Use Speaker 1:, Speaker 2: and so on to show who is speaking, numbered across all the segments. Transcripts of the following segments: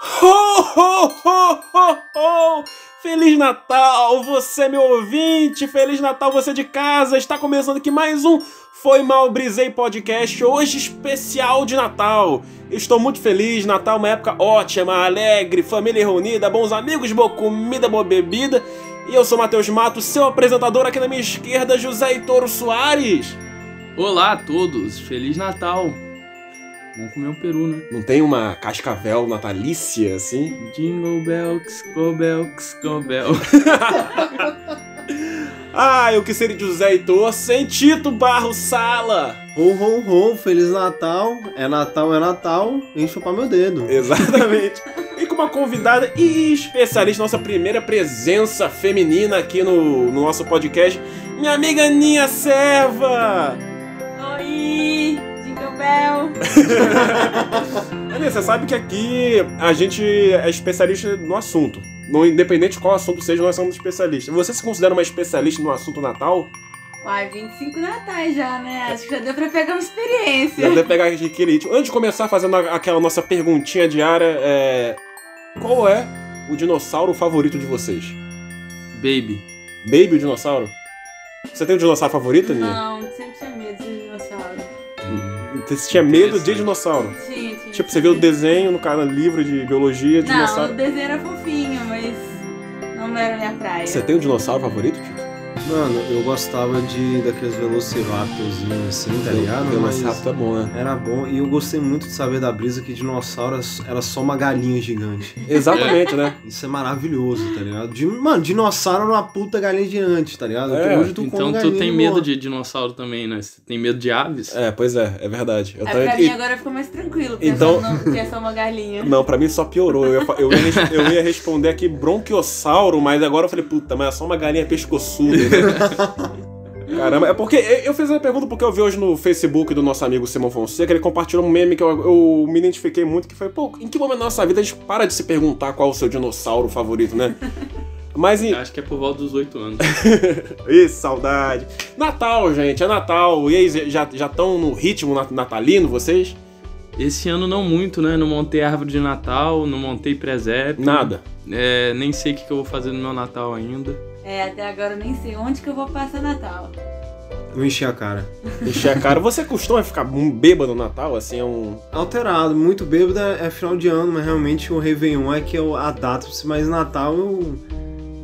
Speaker 1: Ho, ho, ho, ho, ho! Feliz Natal, você meu ouvinte! Feliz Natal, você de casa! Está começando aqui mais um Foi Mal Brisei Podcast, hoje especial de Natal. Estou muito feliz, Natal é uma época ótima, alegre, família reunida, bons amigos, boa comida, boa bebida. E eu sou Matheus Mato, seu apresentador aqui na minha esquerda, José Itoro Soares.
Speaker 2: Olá a todos, Feliz Natal! Vamos comer um peru, né?
Speaker 1: Não tem uma cascavel natalícia assim?
Speaker 2: Jingle bell, Xco bell, Xco bell.
Speaker 1: Ah, eu que seria de José Heitor sem Tito Barro Sala.
Speaker 3: Rum, rum, rum, Feliz Natal, é Natal, é Natal, vem chupar meu dedo.
Speaker 1: Exatamente. E com uma convidada especialista, nossa primeira presença feminina aqui no, no nosso podcast, minha amiga Ninha Serva.
Speaker 4: Oi, Jingle Bell.
Speaker 1: Aninha, você sabe que aqui a gente é especialista no assunto. No, independente de qual assunto seja, nós somos especialistas. Você se considera uma especialista no assunto Natal?
Speaker 4: Uai, 25 natais já, né? Acho que já deu pra pegar uma
Speaker 1: Já
Speaker 4: experiência.
Speaker 1: deve pegar aquele ritmo. Antes de começar fazendo a- aquela nossa perguntinha diária, é... qual é o dinossauro favorito de vocês?
Speaker 2: Baby.
Speaker 1: Baby, o dinossauro? Você tem um dinossauro favorito, Aninha?
Speaker 4: Não, sempre tinha medo de dinossauro.
Speaker 1: Você tinha medo de
Speaker 2: Interessante.
Speaker 1: dinossauro?
Speaker 4: Tinha, tinha.
Speaker 1: Tipo, você vê o desenho no cara livro de biologia de
Speaker 4: Não,
Speaker 1: dinossauro.
Speaker 4: o desenho era fofinho, mas não era minha praia.
Speaker 1: Você tem um dinossauro favorito, Tito?
Speaker 3: Mano, eu gostava de daqueles velociraptorzinhos assim, tá ligado? Mas
Speaker 1: Velociraptor é bom, né?
Speaker 3: era bom e eu gostei muito de saber da brisa que dinossauro era só uma galinha gigante.
Speaker 1: Exatamente, né?
Speaker 3: Isso é maravilhoso, tá ligado? Di- mano, dinossauro era uma puta galinha gigante, tá ligado?
Speaker 1: É,
Speaker 3: Hoje tu come
Speaker 2: Então tu
Speaker 3: galinha
Speaker 2: tem
Speaker 3: e
Speaker 2: medo
Speaker 3: morre.
Speaker 2: de dinossauro também, né? Você tem medo de aves?
Speaker 1: É, pois é, é verdade. Eu
Speaker 4: É,
Speaker 1: também-
Speaker 4: pra
Speaker 1: e-
Speaker 4: mim agora ficou mais tranquilo,
Speaker 1: Então-
Speaker 4: pensando então... que é só uma galinha.
Speaker 1: Não, pra mim só piorou. Eu ia, fa- eu ia res- eu ia responder aqui bronquiossauro, mas agora eu falei, puta, mas é só uma galinha pescoçuda. né? Caramba, é porque eu eu fiz essa pergunta porque eu vi hoje no Facebook do nosso amigo Simão Fonseca, ele compartilhou um meme que eu, eu me identifiquei muito, que foi, pô, em que momento da nossa vida a gente para de se perguntar qual o seu dinossauro favorito, né? Mas em,
Speaker 2: Eu Acho que é por volta dos 8 anos.
Speaker 1: Ih, saudade. Natal, gente, é Natal. E aí, já- já já estão no ritmo nat- natalino vocês?
Speaker 2: Esse ano não muito, né? Não montei árvore de Natal, não montei presépio.
Speaker 1: Nada.
Speaker 2: É, nem sei o que, que eu vou fazer no meu Natal ainda.
Speaker 4: É, até agora eu nem sei onde que eu vou passar Natal.
Speaker 3: Eu enchi a cara.
Speaker 1: Encher a cara. Você costuma ficar um bêbado no Natal, assim, é um...
Speaker 3: Alterado, muito bêbado é é final de ano, mas realmente o Réveillon é que é a data, mas Natal eu.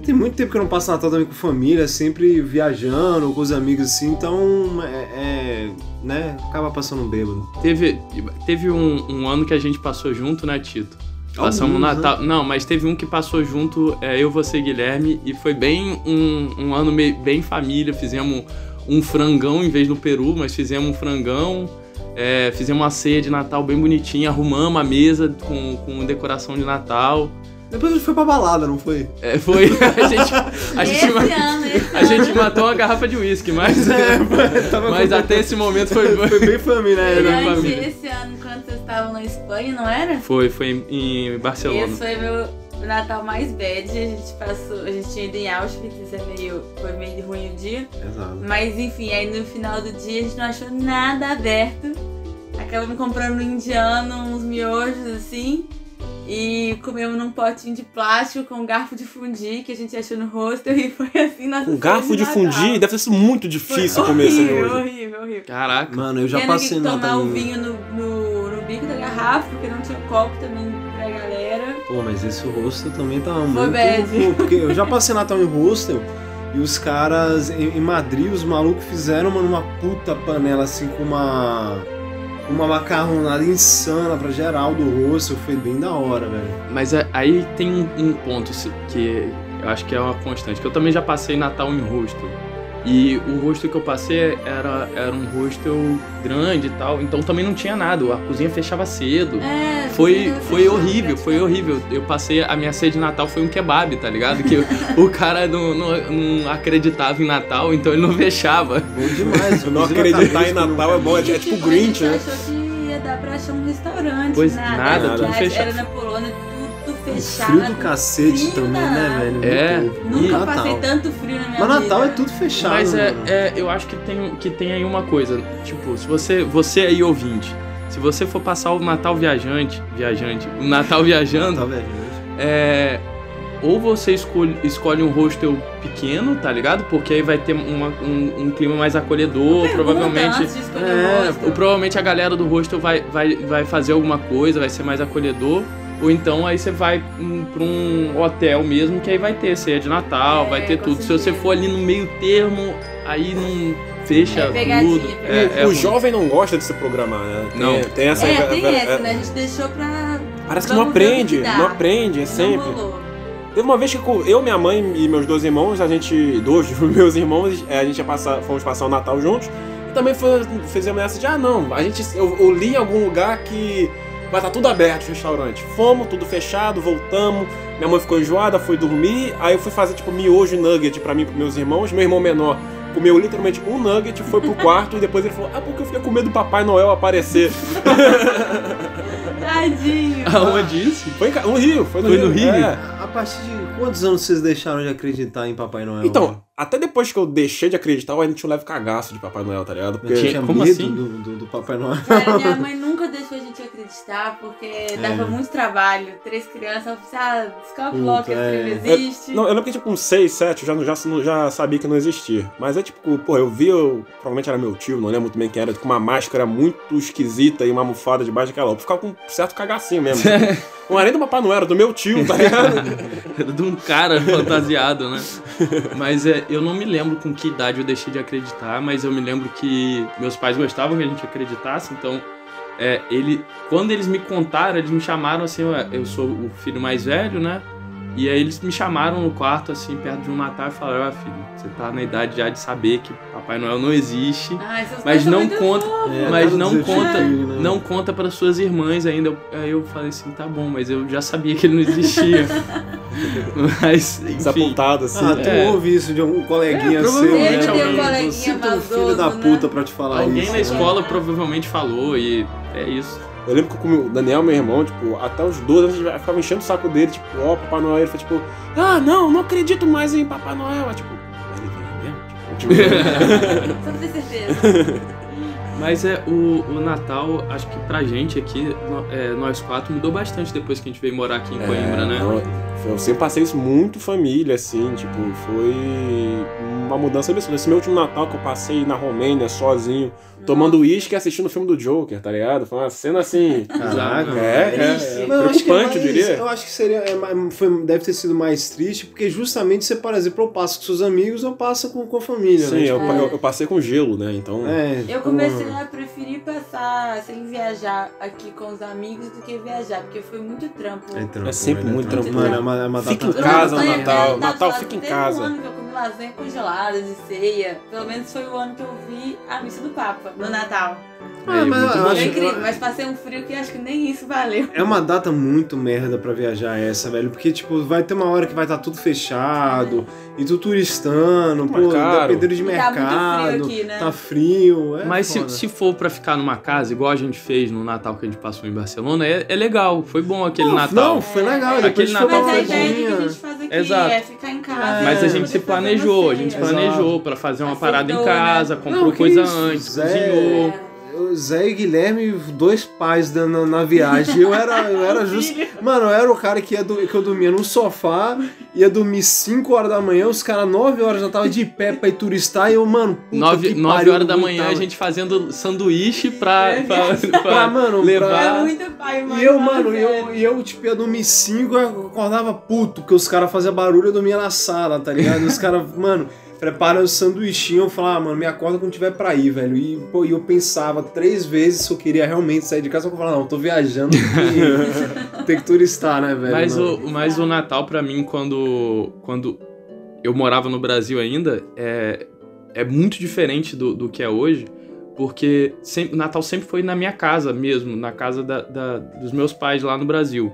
Speaker 3: Tem muito tempo que eu não passo Natal também com família, sempre viajando ou com os amigos assim, então é. é, né, acaba passando bêbado.
Speaker 2: Teve, teve um, um ano que a gente passou junto, né, Tito? Passamos o
Speaker 3: Alguns,
Speaker 2: Natal. Não, mas teve um que passou junto, é, eu, você e Guilherme, e foi bem um, um ano meio- bem família. Fizemos um frangão em vez do peru, mas fizemos um frangão. é, fizemos uma ceia de Natal bem bonitinha, arrumamos a mesa com, com decoração de Natal.
Speaker 3: Depois a gente foi pra balada, não foi?
Speaker 2: É, foi. A gente, a
Speaker 4: esse
Speaker 2: gente, ma-
Speaker 4: ano, esse
Speaker 2: a gente matou uma garrafa de uísque, mas,
Speaker 3: É, tava
Speaker 2: mas
Speaker 3: com-
Speaker 2: até esse momento foi.
Speaker 3: foi bem família, né?
Speaker 2: Era
Speaker 4: ano, durante
Speaker 2: família.
Speaker 4: esse ano, quando vocês estavam na Espanha, não era?
Speaker 2: Foi, foi em, em Barcelona.
Speaker 4: Esse foi meu Natal mais bad. A gente passou, a gente tinha ido em Auschwitz, isso é meio, foi meio ruim o dia.
Speaker 3: Exato.
Speaker 4: Mas enfim, aí no final do dia a gente não achou nada aberto. Acabamos comprando um indiano, uns miojos assim. E comemos num potinho de plástico com um garfo de fundir que a gente achou no hostel e foi assim na
Speaker 1: Um garfo de fundir deve ter sido muito difícil comer esse
Speaker 4: horrível,
Speaker 1: miojo.
Speaker 4: horrível, horrível.
Speaker 2: Caraca.
Speaker 3: Mano, eu já
Speaker 4: Pena
Speaker 3: passei
Speaker 4: que tomar
Speaker 3: Natal.
Speaker 4: o vinho no, no, no bico da garrafa, porque não tinha copo também pra galera.
Speaker 3: Pô, mas esse rosto também tá muito.
Speaker 4: bad.
Speaker 3: Pô, porque eu já passei Natal em hostel e os caras em, em Madrid, os malucos fizeram mano, uma puta panela assim com uma. com Uma macarronada insana pra geral do rosto, foi bem da hora, velho.
Speaker 2: Mas é- aí tem um, um ponto se- que eu acho que é uma constante, que eu também já passei Natal em hostel. E o hostel que eu passei era, era um hostel grande e tal, então também não tinha nada, a cozinha fechava cedo.
Speaker 4: É,
Speaker 2: Foi,
Speaker 4: comida
Speaker 2: foi
Speaker 4: fechada,
Speaker 2: horrível, foi horrível. Eu passei, a minha ceia de Natal foi um kebab, tá ligado? Que o, o cara não, não, não acreditava em Natal, então ele não fechava.
Speaker 3: Bom demais.
Speaker 1: Não
Speaker 3: inclusive,
Speaker 1: acreditar em
Speaker 3: acabei de- um
Speaker 1: Natal é bom, é, é tipo Grinch,
Speaker 4: a
Speaker 1: né?
Speaker 4: gente achou que ia dar pra achar um restaurante.
Speaker 2: Pois
Speaker 1: nada,
Speaker 4: na
Speaker 1: tudo
Speaker 4: verdade,
Speaker 2: fechado.
Speaker 4: Era na Polônia, tudo
Speaker 3: O
Speaker 4: fechado.
Speaker 3: frio do cacete
Speaker 4: Sim,
Speaker 3: também,
Speaker 4: tá.
Speaker 3: né, velho?
Speaker 2: É.
Speaker 3: Muito-
Speaker 4: Nunca
Speaker 3: Natal.
Speaker 4: passei tanto frio na minha
Speaker 3: Mas
Speaker 4: vida.
Speaker 3: Natal é tudo fechado.
Speaker 2: Mas é,
Speaker 3: mano.
Speaker 2: é, eu acho que tem, que tem aí uma coisa, tipo, se você, você aí ouvinte, Se você for passar o Natal viajante, viajante, o Natal viajando,
Speaker 3: Tá velho, né?
Speaker 2: é, ou você escolhe, escolhe um hostel pequeno, tá ligado? Porque aí vai ter uma- um, um clima mais acolhedor,
Speaker 4: Pergunta
Speaker 2: provavelmente.
Speaker 4: antes de escolher o
Speaker 2: É,
Speaker 4: rosto.
Speaker 2: o- provavelmente a galera do hostel vai, vai, vai fazer alguma coisa, vai ser mais acolhedor. Ou então aí você vai hum, pra um hotel mesmo, que aí vai ter ceia de Natal,
Speaker 4: É,
Speaker 2: vai ter
Speaker 4: com
Speaker 2: tudo. Se você
Speaker 4: certeza.
Speaker 2: for ali no meio termo, aí não fecha
Speaker 4: É pegadinha,
Speaker 2: tudo.
Speaker 4: pegadinha.
Speaker 2: É, é
Speaker 1: o
Speaker 2: ruim.
Speaker 1: jovem não gosta de se programar, né? Tem,
Speaker 2: Não.
Speaker 1: tem essa.
Speaker 4: É, tem
Speaker 1: é,
Speaker 4: essa, né? A gente deixou pra.
Speaker 1: Parece que não
Speaker 4: Vamos ver o que
Speaker 1: aprende,
Speaker 4: dá.
Speaker 1: não aprende, é
Speaker 4: Não
Speaker 1: sempre.
Speaker 4: rolou.
Speaker 1: Teve uma vez que com- eu, minha mãe e meus dois irmãos, a gente. Dois dos meus irmãos, é, a gente ia passar, fomos passar o Natal juntos. E também foi- fizemos essa de, ah não, a gente. Eu, eu li em algum lugar que vai estar tudo aberto os restaurantes. Fomos, tudo fechado, voltamos. Minha mãe ficou enjoada, foi dormir. Aí eu fui fazer, tipo, miojo e nugget pra mim e pros meus irmãos. Meu irmão menor comeu literalmente um nugget, foi pro quarto e depois ele falou, ah, porque eu fiquei com medo do Papai Noel aparecer.
Speaker 4: Tadinho.
Speaker 2: Aonde isso?
Speaker 1: Foi em ca- no Rio, foi no
Speaker 2: Foi
Speaker 1: Rio.
Speaker 2: no Rio?
Speaker 1: é.
Speaker 3: A partir de quantos anos vocês deixaram de acreditar em Papai Noel?
Speaker 1: Então, até depois que eu deixei de acreditar, eu ainda tinha um leve cagaço de Papai Noel, tá ligado?
Speaker 3: eu
Speaker 1: Porque
Speaker 3: tinha
Speaker 2: como
Speaker 3: medo
Speaker 2: assim?
Speaker 3: do, do- do Papai Noel.
Speaker 4: Cara, minha mãe nunca deixou a gente acreditar, porque dava muito trabalho. Três crianças, ela falou assim, ah, descobre logo que
Speaker 3: Puta,
Speaker 4: esse
Speaker 3: é.
Speaker 4: livro existe.
Speaker 1: Não, eu lembro que tipo com 6, 7 eu já, já, já sabia que não existia. Mas é tipo, pô, eu vi, eu, provavelmente era meu tio, não lembro muito bem quem era, com uma máscara muito esquisita e uma almofada debaixo daquela roupa. Eu Ficava com um certo cagacinho mesmo. não era nem do Papai Noel, era do meu tio, tá ligado?
Speaker 2: Era de um cara fantasiado, né? Mas é, eu não me lembro com que idade eu deixei de acreditar, mas eu me lembro que meus pais gostavam que a gente acreditasse, então é, ele, quando eles me contaram, eles me chamaram assim, ué, eu sou o filho mais velho, né? E aí eles me chamaram no quarto, assim, perto de um Natal e falaram, ó filho, você tá na idade já de saber que Papai Noel não existe.
Speaker 4: Ai, seus
Speaker 2: Mas
Speaker 4: pais são
Speaker 2: não
Speaker 4: muito
Speaker 2: conta-
Speaker 4: fofos.
Speaker 3: É,
Speaker 2: mas
Speaker 3: todo
Speaker 2: não
Speaker 3: desafio,
Speaker 2: conta-
Speaker 3: né?
Speaker 2: Não conta para suas irmãs ainda. Eu- Aí eu falei assim, tá bom, mas eu já sabia que ele não existia. mas, enfim.
Speaker 1: Desapontado, assim.
Speaker 3: Ah, tu
Speaker 2: É.
Speaker 3: ouve isso de um coleguinha
Speaker 2: É,
Speaker 3: seu, né?
Speaker 2: provavelmente Ele tem um
Speaker 4: coleguinha
Speaker 3: Você é um filho
Speaker 4: maldoso,
Speaker 3: da
Speaker 4: né?
Speaker 3: puta pra te falar
Speaker 2: Alguém
Speaker 3: isso.
Speaker 2: na
Speaker 3: né?
Speaker 2: escola provavelmente falou e é isso.
Speaker 1: Eu lembro que eu comi- o Daniel, meu irmão, tipo, até os 12 anos, eu ficava enchendo o saco dele, tipo, ó, Papai Noel, ele foi tipo, ah, não, não acredito mais em Papai Noel. Aí, tipo, ele vem mesmo? Tipo,
Speaker 4: Só pra ter certeza.
Speaker 2: Mas é o, o Natal, acho que pra gente aqui, no- é, nós quatro, mudou bastante depois que a gente veio morar aqui em
Speaker 1: É,
Speaker 2: Coimbra, né?
Speaker 1: não, Eu sempre passei isso muito família, assim, tipo, foi uma mudança absurda. Esse meu último Natal que eu passei na Romênia, sozinho, tomando uísque e assistindo o filme do Joker, tá ligado? Foi uma cena assim.
Speaker 3: Caraca,
Speaker 1: É,
Speaker 3: velho.
Speaker 1: é, é
Speaker 3: Mas eu acho que é
Speaker 1: preocupante, eu
Speaker 3: mais-
Speaker 1: diria.
Speaker 3: Eu acho que seria, é mais- foi- deve ter sido mais triste, porque justamente você, por exemplo, ou passa com seus amigos ou passa com, com a família,
Speaker 1: Sim,
Speaker 3: né?
Speaker 1: eu,
Speaker 4: É.
Speaker 1: eu- eu passei com gelo, né? Então.
Speaker 3: É,
Speaker 4: Eu
Speaker 3: pô,
Speaker 4: comecei a preferir passar sem viajar aqui com os amigos do que viajar, porque foi muito trampo.
Speaker 3: É, trampo,
Speaker 1: É sempre
Speaker 3: velho,
Speaker 1: muito
Speaker 4: trampo.
Speaker 3: Mano, é uma, é uma
Speaker 1: Fica
Speaker 3: data- É,
Speaker 1: em casa no
Speaker 4: lasanha,
Speaker 1: Natal.
Speaker 4: né?
Speaker 1: Natal, fica em
Speaker 4: teve
Speaker 1: casa.
Speaker 4: um ano que eu comi lasanha congelada de ceia. Pelo menos foi o ano que eu vi a missa do Papa, no Natal.
Speaker 3: Ah, mas
Speaker 1: muito
Speaker 3: eu
Speaker 1: bom.
Speaker 4: Foi
Speaker 3: acho-
Speaker 4: incrível, mas passei um frio que acho que nem isso valeu.
Speaker 3: É uma data muito merda pra viajar essa, velho. Porque, tipo, vai ter uma hora que vai estar tudo fechado, e tu turistando,
Speaker 1: Mas
Speaker 3: pô,
Speaker 1: caro.
Speaker 3: dependendo de
Speaker 4: E
Speaker 3: mercado.
Speaker 4: tá muito frio aqui, né?
Speaker 3: Tá frio, é.
Speaker 2: Mas se,
Speaker 3: foda.
Speaker 2: se for pra ficar numa casa, igual a gente fez no Natal que a gente passou em Barcelona, é, é legal. Foi bom aquele
Speaker 3: não,
Speaker 2: Natal.
Speaker 3: Não, foi legal.
Speaker 4: É.
Speaker 3: Depois
Speaker 2: Aquele
Speaker 3: foi
Speaker 2: Natal
Speaker 4: Mas
Speaker 3: uma
Speaker 4: a
Speaker 2: foi
Speaker 4: ideia
Speaker 3: rodinha.
Speaker 4: que a gente faz aqui
Speaker 2: Exato.
Speaker 4: é ficar em casa.
Speaker 2: Mas a
Speaker 3: É,
Speaker 2: gente
Speaker 4: poder
Speaker 2: se
Speaker 4: fazer
Speaker 2: planejou, a
Speaker 4: uma
Speaker 2: gente
Speaker 4: ceia.
Speaker 3: Exato.
Speaker 2: planejou pra fazer uma
Speaker 4: Acertou,
Speaker 2: parada em
Speaker 4: né?
Speaker 2: casa, comprou
Speaker 3: Não, que
Speaker 2: coisa
Speaker 3: isso,
Speaker 2: antes,
Speaker 3: Zé.
Speaker 2: cozinhou.
Speaker 4: É.
Speaker 3: Eu, Zé e Guilherme, dois pais na, na, na viagem. Eu era, eu era justo.
Speaker 4: é
Speaker 3: Mano, eu era o cara que, ia do- que eu dormia no sofá, ia dormir 5 horas da manhã, os caras 9 horas já tava de pé pra ir turistar, e eu, mano, puta
Speaker 2: Nove
Speaker 3: que
Speaker 2: nove
Speaker 3: pariu,
Speaker 2: horas da
Speaker 3: eu
Speaker 2: manhã a
Speaker 3: aguentava.
Speaker 2: gente fazendo sanduíche pra. pra-
Speaker 3: Ah,
Speaker 2: pra-
Speaker 3: mano,
Speaker 2: levar.
Speaker 4: É
Speaker 3: pra-
Speaker 4: muito pai, mãe.
Speaker 3: E eu,
Speaker 4: fala
Speaker 3: mano, e
Speaker 4: é sério.
Speaker 3: eu, e eu, tipo, ia dormir 5, eu acordava puto, porque os caras faziam barulho, eu dormia na sala, tá ligado? Os caras, mano, preparam o sanduichinho, eu falava, ah, mano, me acorda quando tiver pra ir, velho. E, pô, e eu pensava três vezes se eu queria realmente sair de casa, só que eu falava, não, eu tô viajando, porque tem que turistar, né, velho?
Speaker 2: Mas
Speaker 3: mano?
Speaker 2: o, mas o Natal, pra mim, quando, quando eu morava no Brasil ainda, é, é muito diferente do, do que é hoje, porque sempre, Natal sempre foi na minha casa mesmo, na casa da- da- dos meus pais lá no Brasil.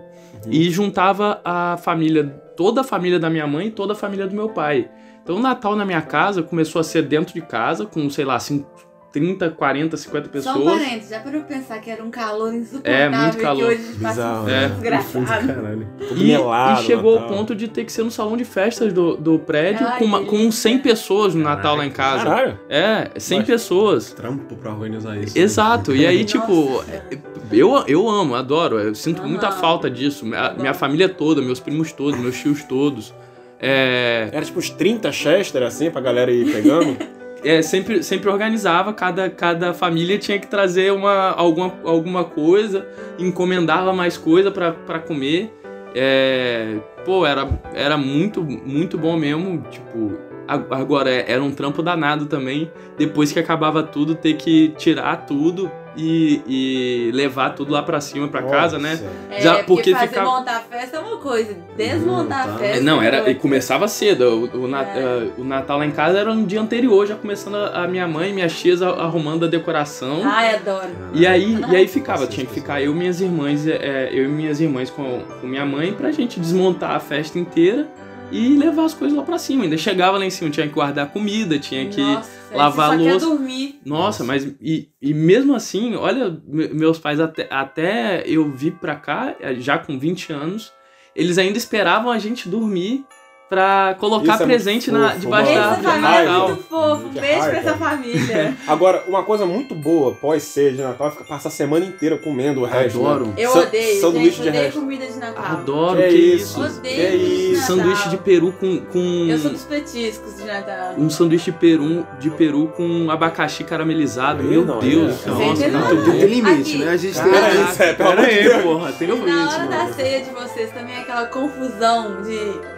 Speaker 2: E juntava a família, toda a família da minha mãe e toda a família do meu pai. Então o Natal na minha casa começou a ser dentro de casa, com, sei lá, cinco, 30, 40, 50
Speaker 4: Só um
Speaker 2: pessoas.
Speaker 4: parênteses, já para eu pensar que era um calor insuportável
Speaker 2: É, muito
Speaker 4: que
Speaker 2: calor.
Speaker 4: hoje passa
Speaker 1: Bizarro,
Speaker 4: um
Speaker 2: né?
Speaker 4: desgraçado.
Speaker 3: Caralho.
Speaker 1: Tudo
Speaker 2: E,
Speaker 1: melado,
Speaker 2: e chegou ao
Speaker 1: Ah, Natal.
Speaker 2: ponto de ter que ser no salão de festas do, do prédio
Speaker 4: Ai,
Speaker 2: com, uma-
Speaker 4: que
Speaker 2: com
Speaker 4: delícia.
Speaker 2: 100 pessoas no Natal lá em casa.
Speaker 1: Caralho.
Speaker 2: É, 100
Speaker 1: Mas-
Speaker 2: pessoas.
Speaker 3: Trampo pra organizar isso. né?
Speaker 2: Exato, e aí, tipo,
Speaker 4: Nossa.
Speaker 2: eu, eu amo, adoro, eu sinto
Speaker 4: Aham.
Speaker 2: muita falta disso. Minha, minha família toda, meus primos todos, meus tios todos. É,
Speaker 1: Era tipo uns 30 Chester, assim, pra galera ir pegando.
Speaker 2: é, sempre, sempre organizava, cada, cada família tinha que trazer uma, alguma, alguma coisa, encomendava mais coisa pra, pra comer. É, pô, era, era muito, muito bom mesmo, tipo. a- Agora, é- era um trampo danado também. Depois que acabava tudo, ter que tirar tudo e, e levar tudo lá pra cima, pra casa, né?
Speaker 1: Nossa.
Speaker 4: É,
Speaker 2: Já- porque
Speaker 4: porque, fazer
Speaker 2: ficava-
Speaker 4: montar a festa é uma coisa, desmontar
Speaker 1: tá.
Speaker 3: Montar.
Speaker 4: a
Speaker 2: É,
Speaker 4: festa.
Speaker 2: não,
Speaker 4: é
Speaker 2: era.
Speaker 4: outra.
Speaker 2: E começava cedo. O, o, na-
Speaker 4: É.
Speaker 2: eh, o Natal lá em casa era no dia anterior, já começando a, a minha mãe e minhas tias a- arrumando a decoração.
Speaker 4: Ai, adoro.
Speaker 3: Caralho.
Speaker 2: E aí,
Speaker 1: Ah,
Speaker 2: e aí ficava,
Speaker 3: Nossa,
Speaker 2: tinha que
Speaker 3: isso
Speaker 2: ficar
Speaker 3: é-
Speaker 2: eu e minhas irmãs, eh, eu e minhas irmãs com, com minha mãe pra gente desmontar a festa inteira e levar as coisas lá pra cima. Ainda chegava lá em cima, tinha que guardar comida, tinha que. Nossa,
Speaker 4: Nossa,
Speaker 2: lavar
Speaker 4: você só
Speaker 2: louça.
Speaker 4: Quer dormir.
Speaker 2: mas. E, e mesmo assim, olha, me- meus pais até, até eu vir pra cá, eh, já com 20 anos, eles ainda esperavam a gente dormir pra colocar
Speaker 1: Isso é muito
Speaker 2: presente na,
Speaker 1: fofo,
Speaker 2: debaixo
Speaker 1: mano.
Speaker 2: da
Speaker 1: Nossa,
Speaker 2: árvore
Speaker 4: Essa
Speaker 2: de
Speaker 4: família é
Speaker 1: raiva.
Speaker 2: Natal.
Speaker 4: muito fofo. Um
Speaker 1: Que
Speaker 4: beijo pra
Speaker 1: raiva.
Speaker 4: essa família.
Speaker 1: Agora, uma coisa muito boa pós ceia de Natal é ficar- passar a semana inteira comendo o resto. né?
Speaker 2: Adoro.
Speaker 4: Eu
Speaker 1: Sa-
Speaker 4: odeio,
Speaker 1: sanduíche
Speaker 4: gente.
Speaker 1: de
Speaker 4: odeio
Speaker 1: resto.
Speaker 4: comida de Natal.
Speaker 2: Adoro,
Speaker 1: Que
Speaker 2: que,
Speaker 1: É isso.
Speaker 2: isso.
Speaker 4: Odeio
Speaker 1: Que é
Speaker 4: comida de
Speaker 1: isso.
Speaker 4: Natal.
Speaker 2: Sanduíche de peru com. com
Speaker 4: Eu sou dos petiscos de Natal.
Speaker 2: um sanduíche de peru, de peru com abacaxi caramelizado.
Speaker 1: Aí
Speaker 2: Meu
Speaker 1: não, aí
Speaker 2: Deus,
Speaker 3: é
Speaker 1: não.
Speaker 3: um
Speaker 2: nossa,
Speaker 4: Sem
Speaker 2: muito
Speaker 4: peru.
Speaker 2: bom.
Speaker 3: Tem limite,
Speaker 4: Aqui.
Speaker 3: né? A gente tem.
Speaker 1: Pera
Speaker 2: Caraca.
Speaker 1: aí, Sé, pelo
Speaker 3: Pera
Speaker 1: amor de Deus.
Speaker 3: aí, porra, tem
Speaker 4: E
Speaker 3: limite.
Speaker 4: na hora
Speaker 3: mano.
Speaker 4: da ceia de vocês também é aquela confusão de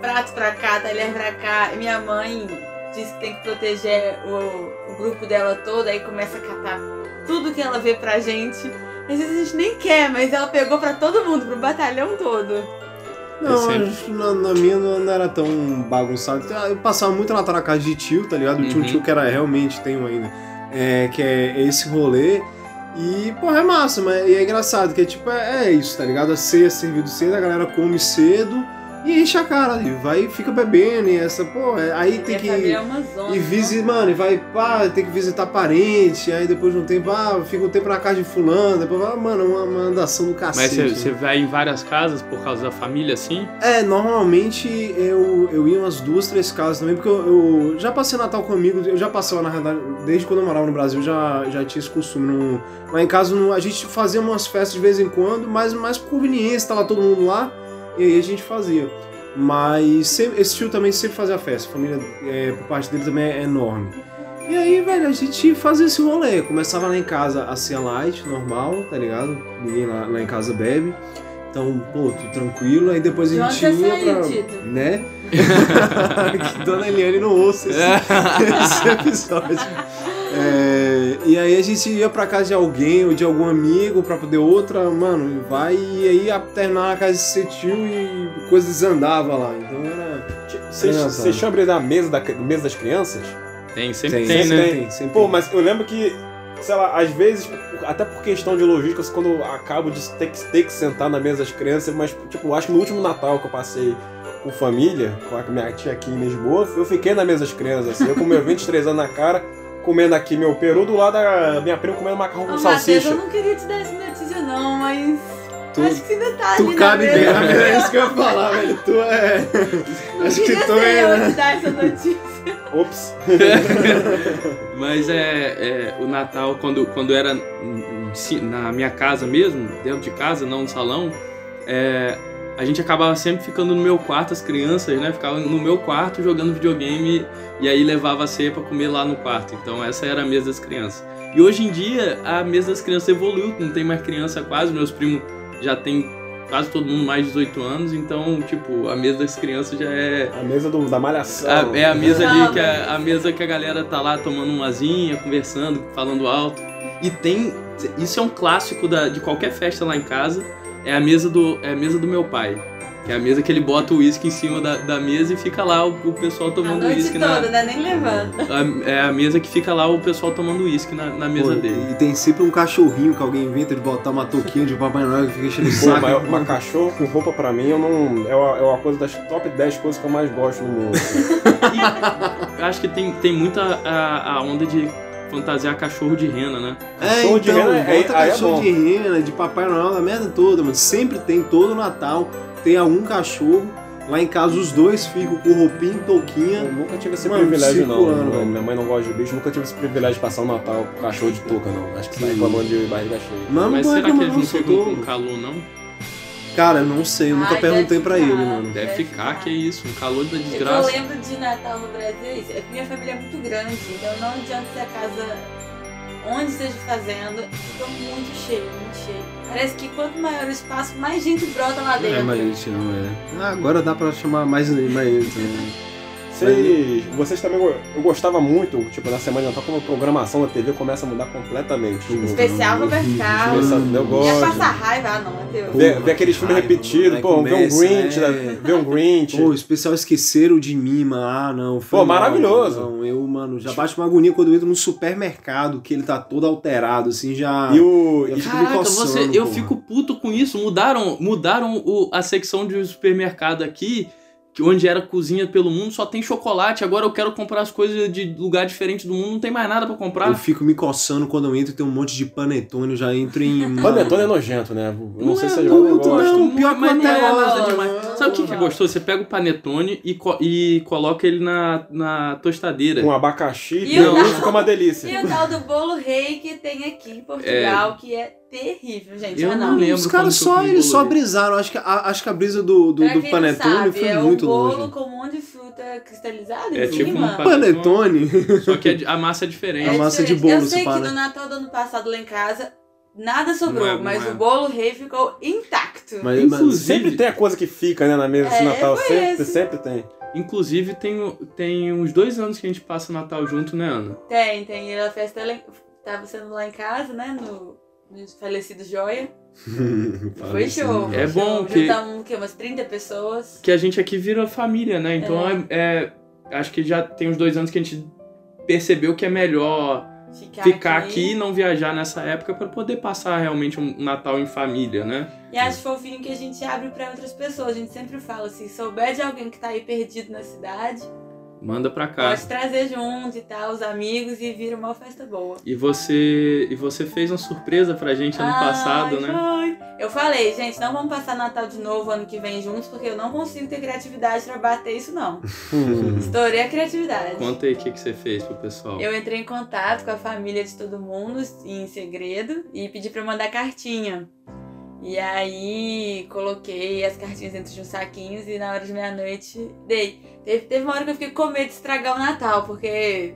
Speaker 4: prato pra cá, talher pra cá. E Minha mãe diz que tem que proteger o, o grupo dela todo, aí começa a catar tudo que ela vê pra gente. Às vezes a gente nem quer, mas ela pegou pra todo mundo, pro batalhão todo.
Speaker 3: Não,
Speaker 2: Sempre.
Speaker 3: a gente- na, na minha não, não era tão bagunçado. Ah, Eu passava muito Natal na casa de tio, tá ligado? Tinha um
Speaker 2: Uhum.
Speaker 3: tio que era realmente tenho ainda. É, que é esse rolê. E, porra, é massa, mas e é engraçado, que é tipo, é, é isso, tá ligado? A ceia é servido cedo, a galera come cedo e enche a cara, e vai e fica bebendo, e essa, pô, é- aí tem
Speaker 4: Minha
Speaker 3: que.
Speaker 4: família é uma zona.
Speaker 3: E visita, mano, e vai, pá, tem que visitar parente, aí depois de um tempo, ah, fica um tempo na casa de fulano, depois, ah, mano, uma, uma andação do
Speaker 2: Mas
Speaker 3: cacete.
Speaker 2: você,
Speaker 3: né?
Speaker 2: você vai em várias casas por causa da família, assim?
Speaker 3: É, normalmente eu, eu ia umas duas, três casas também, porque eu, eu já passei Natal com amigos, eu já passava, na realidade, desde quando eu morava no Brasil, já, já tinha esse costume. Não, lá em casa não- a gente fazia umas festas de vez em quando, mas mais por conveniência, tava todo mundo lá, e aí a gente fazia. Mas sempre- esse tio também sempre fazia festa, a família é, por parte dele também é enorme. E aí, velho, a gente fazia esse rolê. Começava lá em casa a ser light, normal, tá ligado? Ninguém lá, lá em casa bebe. Então, pô, tudo tranquilo. Aí depois
Speaker 4: De
Speaker 3: a
Speaker 4: onde
Speaker 3: gente
Speaker 4: você
Speaker 3: ia
Speaker 4: saiu,
Speaker 3: pra...
Speaker 4: Tito?
Speaker 3: Né? que Dona Eliane não ouça esse, esse episódio. É, e aí a gente ia pra casa de alguém ou de algum amigo pra poder outra, mano, e vai e aí a- terminava na casa desse tio e coisa desandava lá. Então era.
Speaker 1: Tipo, Vocês
Speaker 3: Engraçado.
Speaker 1: vocês tinham abrido a mesa, da, mesa das crianças?
Speaker 2: Tem, sempre tem,
Speaker 1: sempre
Speaker 2: né?
Speaker 1: tem.
Speaker 3: sempre
Speaker 1: Pô,
Speaker 3: tem.
Speaker 1: mas eu lembro que, sei lá, às vezes, até por questão de logística, quando eu acabo de ter que, ter que sentar na mesa das crianças, mas, tipo, acho que no último Natal que eu passei com família, com a minha tia aqui em Lisboa, eu fiquei na mesa das crianças, assim, eu com meus 23 anos na cara, comendo aqui meu peru, do lado da minha prima comendo macarrão com
Speaker 4: Ô, Matheus, eu
Speaker 1: salsicha.
Speaker 4: não queria te dar essa notícia, não, mas.
Speaker 3: Tu-
Speaker 4: Acho que você ainda tá ali
Speaker 3: Tu
Speaker 4: na
Speaker 3: cabe bem,
Speaker 4: mesa.
Speaker 3: é isso que eu ia falar, velho. Tu é.
Speaker 4: Não
Speaker 3: Acho que
Speaker 4: queria
Speaker 3: tu
Speaker 4: ser
Speaker 3: é,
Speaker 4: eu
Speaker 3: né?
Speaker 4: te dar essa notícia.
Speaker 1: Ops.
Speaker 2: Mas é, é, o Natal, quando, quando era hum, si- na minha casa mesmo, dentro de casa, não no salão, é, a gente acabava sempre ficando no meu quarto, as crianças, né? Ficavam no meu quarto jogando videogame e aí levava a ceia pra comer lá no quarto. Então essa era a mesa das crianças. E hoje em dia a mesa das crianças evoluiu, não tem mais criança quase, meus primos já tem quase todo mundo mais de 18 anos, então, tipo, a mesa das crianças já é
Speaker 1: A mesa do- da malhação.
Speaker 2: a- é a mesa ali
Speaker 4: Calma.
Speaker 2: que a, a mesa que a galera tá lá tomando uma asinha, conversando, falando alto. E tem. Isso é um clássico da- de qualquer festa lá em casa. É a mesa do, é a mesa do meu pai. Que é a mesa que ele bota o uísque em cima da, da mesa e fica lá o, o pessoal
Speaker 4: A
Speaker 2: tomando
Speaker 4: noite
Speaker 2: uísque
Speaker 4: toda,
Speaker 2: na.
Speaker 4: né? Nem levanta.
Speaker 2: a- é a mesa que fica lá o pessoal tomando uísque na, na mesa
Speaker 3: Pô,
Speaker 2: dele.
Speaker 3: E tem sempre um cachorrinho que alguém inventa de botar uma touquinha de Papai Noel que fica enchendo o
Speaker 1: Pô,
Speaker 3: saco.
Speaker 1: mas uma cachorro com roupa pra mim eu não, é, uma, é uma coisa das top 10 coisas que eu mais gosto no mundo.
Speaker 2: Eu acho que tem, tem muita a, a onda de fantasiar cachorro de rena, né?
Speaker 3: É,
Speaker 1: Cachorro
Speaker 3: então,
Speaker 1: de rena é-
Speaker 3: bota
Speaker 1: aí é
Speaker 3: cachorro
Speaker 1: bom.
Speaker 3: de rena, de Papai Noel, da merda toda, mano. Sempre tem, todo Natal, tem algum cachorro. Lá em casa os dois ficam com roupinha e touquinha.
Speaker 1: Eu nunca tive esse
Speaker 3: Mano,
Speaker 1: privilégio,
Speaker 3: cinco
Speaker 1: não.
Speaker 3: anos, velho.
Speaker 1: Minha mãe não gosta de bicho, nunca tive esse privilégio de passar o Natal com cachorro de touca, não. Acho que você tá reclamando de barriga cheia.
Speaker 3: Mano,
Speaker 2: Mas
Speaker 3: não é
Speaker 2: será
Speaker 3: como
Speaker 2: que
Speaker 3: eu
Speaker 2: eles
Speaker 3: não
Speaker 2: não
Speaker 3: sou
Speaker 2: ficam com
Speaker 3: todo.
Speaker 2: calor, não?
Speaker 3: Cara, não sei, eu nunca
Speaker 4: Ai,
Speaker 3: perguntei
Speaker 4: deve
Speaker 3: pra
Speaker 4: ficar.
Speaker 3: ele, mano.
Speaker 2: Deve ficar, que é isso, um calor da
Speaker 4: O que eu
Speaker 2: desgraça.
Speaker 4: lembro de Natal no Brasil é isso. É que minha família é muito grande, então não adianta se a casa onde esteja fazendo fica muito cheio, muito cheio. Parece que quanto maior o espaço, mais gente brota lá dentro.
Speaker 3: É, mas gente não é. Ah, agora dá pra chamar mais ele, mais ele também.
Speaker 1: Vocês, vocês também. go- Eu gostava muito, tipo, na semana de Natal, quando a programação da TV começa a mudar completamente. Tipo,
Speaker 4: Especial Roberto Carlos.
Speaker 1: Especial, eu
Speaker 4: Ia
Speaker 1: gosto.
Speaker 4: passar raiva, ah não, Matheus.
Speaker 1: Ver,
Speaker 3: Porra,
Speaker 1: ver aqueles filmes
Speaker 3: raiva,
Speaker 1: repetidos,
Speaker 3: moleque,
Speaker 1: pô, ver um
Speaker 3: começa,
Speaker 1: Grinch,
Speaker 3: é.
Speaker 1: né? ver um Grinch.
Speaker 3: Pô, o especial esqueceram de mim, mano. Ah, não. Foi
Speaker 1: Pô,
Speaker 3: mal,
Speaker 1: maravilhoso.
Speaker 3: Não, eu, mano, já bate uma agonia quando eu entro num supermercado que ele tá todo alterado, assim, já.
Speaker 1: E o.
Speaker 3: Eu
Speaker 1: e-
Speaker 3: fico me
Speaker 2: Caraca,
Speaker 3: coçando,
Speaker 2: você, eu
Speaker 3: porra.
Speaker 2: fico puto com isso. Mudaram, mudaram o- a secção de supermercado aqui, que onde era cozinha pelo mundo, só tem chocolate. Agora eu quero comprar as coisas de lugar diferente do mundo, não tem mais nada pra comprar.
Speaker 3: Eu fico me coçando quando eu entro e tem um monte de panetone, eu já entro em.
Speaker 1: Panetone é nojento, né? Eu não sei
Speaker 2: é
Speaker 1: se vocês
Speaker 3: muito,
Speaker 1: gostam.
Speaker 3: não.
Speaker 2: gosto,
Speaker 3: pior que eu
Speaker 2: mas
Speaker 3: até
Speaker 2: é nada
Speaker 3: gosto.
Speaker 2: demais. Sabe o que, que é gostoso? Você pega o panetone e, co- e coloca ele na, na tostadeira.
Speaker 1: Com um abacaxi,
Speaker 4: E o-
Speaker 1: isso fica uma delícia.
Speaker 4: E o tal do bolo rei que tem aqui em Portugal, que é terrível, gente.
Speaker 2: Eu
Speaker 4: ah,
Speaker 2: não
Speaker 4: não.
Speaker 2: lembro
Speaker 3: Os
Speaker 2: quando
Speaker 3: caras
Speaker 2: que eu
Speaker 3: só,
Speaker 2: comi
Speaker 3: eles só
Speaker 2: bolo dele.
Speaker 3: brisaram. Acho que, a, acho que a brisa do, do, do
Speaker 4: Pra quem não
Speaker 3: panetone
Speaker 4: sabe,
Speaker 3: foi
Speaker 4: é
Speaker 3: muito
Speaker 4: um bolo
Speaker 3: longe.
Speaker 4: com um monte de fruta cristalizada
Speaker 2: É
Speaker 4: em
Speaker 2: tipo
Speaker 4: cima.
Speaker 2: um
Speaker 3: Panetone?
Speaker 2: Só que é- a massa é
Speaker 4: É
Speaker 2: diferente.
Speaker 3: A massa de
Speaker 4: diferente.
Speaker 3: bolo,
Speaker 4: Eu sei
Speaker 3: se pá,
Speaker 4: que
Speaker 3: né?
Speaker 4: no Natal do ano passado lá em casa nada sobrou,
Speaker 2: Não é, não
Speaker 4: mas
Speaker 2: é.
Speaker 4: o bolo rei ficou intacto.
Speaker 3: Mas, mas
Speaker 2: Inclusive-
Speaker 1: Sempre tem a coisa que fica, né, na mesa desse
Speaker 4: É,
Speaker 1: Natal.
Speaker 4: foi
Speaker 1: Sempre,
Speaker 4: esse.
Speaker 1: sempre tem.
Speaker 2: Inclusive, tem, o- tem uns dois anos que a gente passa o Natal junto, né, Ana?
Speaker 4: Tem, tem. A festa lá em- tava sendo lá em casa, né? No, no falecido Joia. Foi
Speaker 3: Parece,
Speaker 4: show.
Speaker 3: né?
Speaker 2: É
Speaker 4: foi
Speaker 2: bom
Speaker 4: show.
Speaker 2: que-
Speaker 4: Juntamos o quê? Umas 30 pessoas.
Speaker 2: que a gente aqui vira família, né? Então é. é- acho que já tem uns dois anos que a gente percebeu que é melhor
Speaker 4: Ficar,
Speaker 2: ficar aqui e não viajar nessa época pra poder passar realmente um Natal em família, né?
Speaker 4: E acho fofinho que a gente abre pra outras pessoas. A gente sempre fala assim: se souber de alguém que tá aí perdido na cidade,
Speaker 2: Manda pra cá.
Speaker 4: pode trazer junto e tal, os amigos e vira uma festa boa.
Speaker 2: E você e você fez uma surpresa pra gente ano
Speaker 4: Ai,
Speaker 2: passado, né?
Speaker 4: foi. Eu falei, gente, não vamos passar Natal de novo ano que vem juntos, porque eu não consigo ter criatividade pra bater isso, não. Estourei a criatividade.
Speaker 2: Conta aí o que, que você fez pro pessoal.
Speaker 4: Eu entrei em contato com a família de todo mundo em segredo e pedi pra mandar cartinha. E aí coloquei as cartinhas dentro de uns saquinhos e na hora de meia-noite dei. Teve, teve uma hora que eu fiquei com medo de estragar o Natal, porque.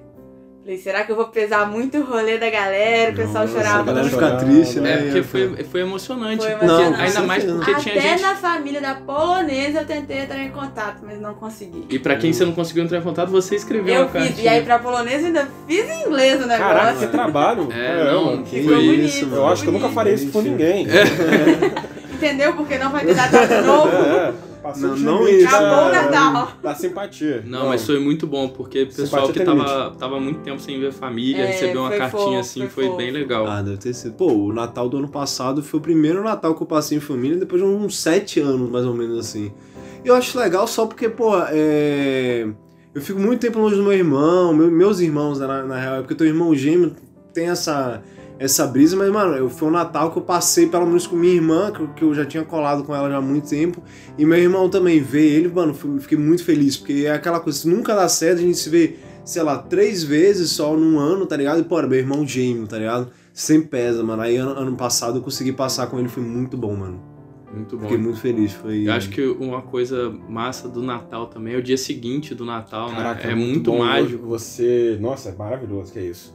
Speaker 4: Falei, será que eu vou pesar muito o rolê da galera? O pessoal
Speaker 3: Nossa, A
Speaker 4: chorava
Speaker 3: galera
Speaker 1: muito.
Speaker 3: fica triste, né?
Speaker 2: É porque foi, foi emocionante.
Speaker 4: Foi
Speaker 3: Não,
Speaker 4: emocionante.
Speaker 2: Ainda mais
Speaker 3: Não.
Speaker 2: porque
Speaker 4: Até
Speaker 2: tinha gente.
Speaker 4: na família da polonesa eu tentei entrar em contato, mas não consegui.
Speaker 2: E pra quem você não conseguiu entrar em contato, você escreveu
Speaker 4: Eu
Speaker 2: uma cartinha.
Speaker 4: fiz, e aí pra polonesa eu ainda fiz em inglês o negócio.
Speaker 1: Caraca, que trabalho.
Speaker 2: É, não,
Speaker 1: mano,
Speaker 2: que É.
Speaker 1: que-
Speaker 4: Ficou bonito.
Speaker 3: isso, mano.
Speaker 1: Eu acho que eu nunca
Speaker 4: bonito.
Speaker 1: farei isso com ninguém.
Speaker 4: Entendeu? Porque não vai ter Natal de novo.
Speaker 1: É, passou
Speaker 3: Não,
Speaker 1: de
Speaker 3: não
Speaker 1: limite
Speaker 3: isso.
Speaker 4: Acabou o
Speaker 1: da-
Speaker 4: Natal.
Speaker 1: Da simpatia.
Speaker 2: Não, mas foi muito bom, porque o pessoal
Speaker 1: Simpatia
Speaker 2: que
Speaker 1: tem
Speaker 2: tava, tava muito tempo sem ver família,
Speaker 4: É,
Speaker 2: recebeu uma
Speaker 4: foi
Speaker 2: cartinha
Speaker 4: fofo,
Speaker 2: assim,
Speaker 4: foi
Speaker 2: foi,
Speaker 4: fofo.
Speaker 2: bem legal.
Speaker 3: Ah, deve ter sido. Pô, o Natal do ano passado foi o primeiro Natal que eu passei em família depois de uns sete anos, mais ou menos assim. Eu acho legal só porque, pô, é. Eu fico muito tempo longe do meu irmão, meu- meus irmãos, né, na, na real, é porque teu irmão gêmeo tem essa, essa brisa, mas, mano, eu, foi um Natal que eu passei, pelo menos, com minha irmã, que, eu- que eu já tinha colado com ela já há muito tempo, e meu irmão também, ver ele, mano, fui- fiquei muito feliz, porque é aquela coisa, se nunca dá certo, a gente se vê, sei lá, três vezes só num ano, tá ligado? E, pô, era meu irmão gêmeo, tá ligado? Sem pesa, mano. Aí ano, ano passado eu consegui passar com ele, foi muito bom, mano.
Speaker 2: muito bom.
Speaker 3: Fiquei muito feliz, foi.
Speaker 2: Eu acho que uma coisa massa do Natal também é o dia seguinte do Natal,
Speaker 1: Caraca,
Speaker 2: né? É muito
Speaker 1: bom
Speaker 2: mágico.
Speaker 1: Você. Nossa, é maravilhoso, que é isso.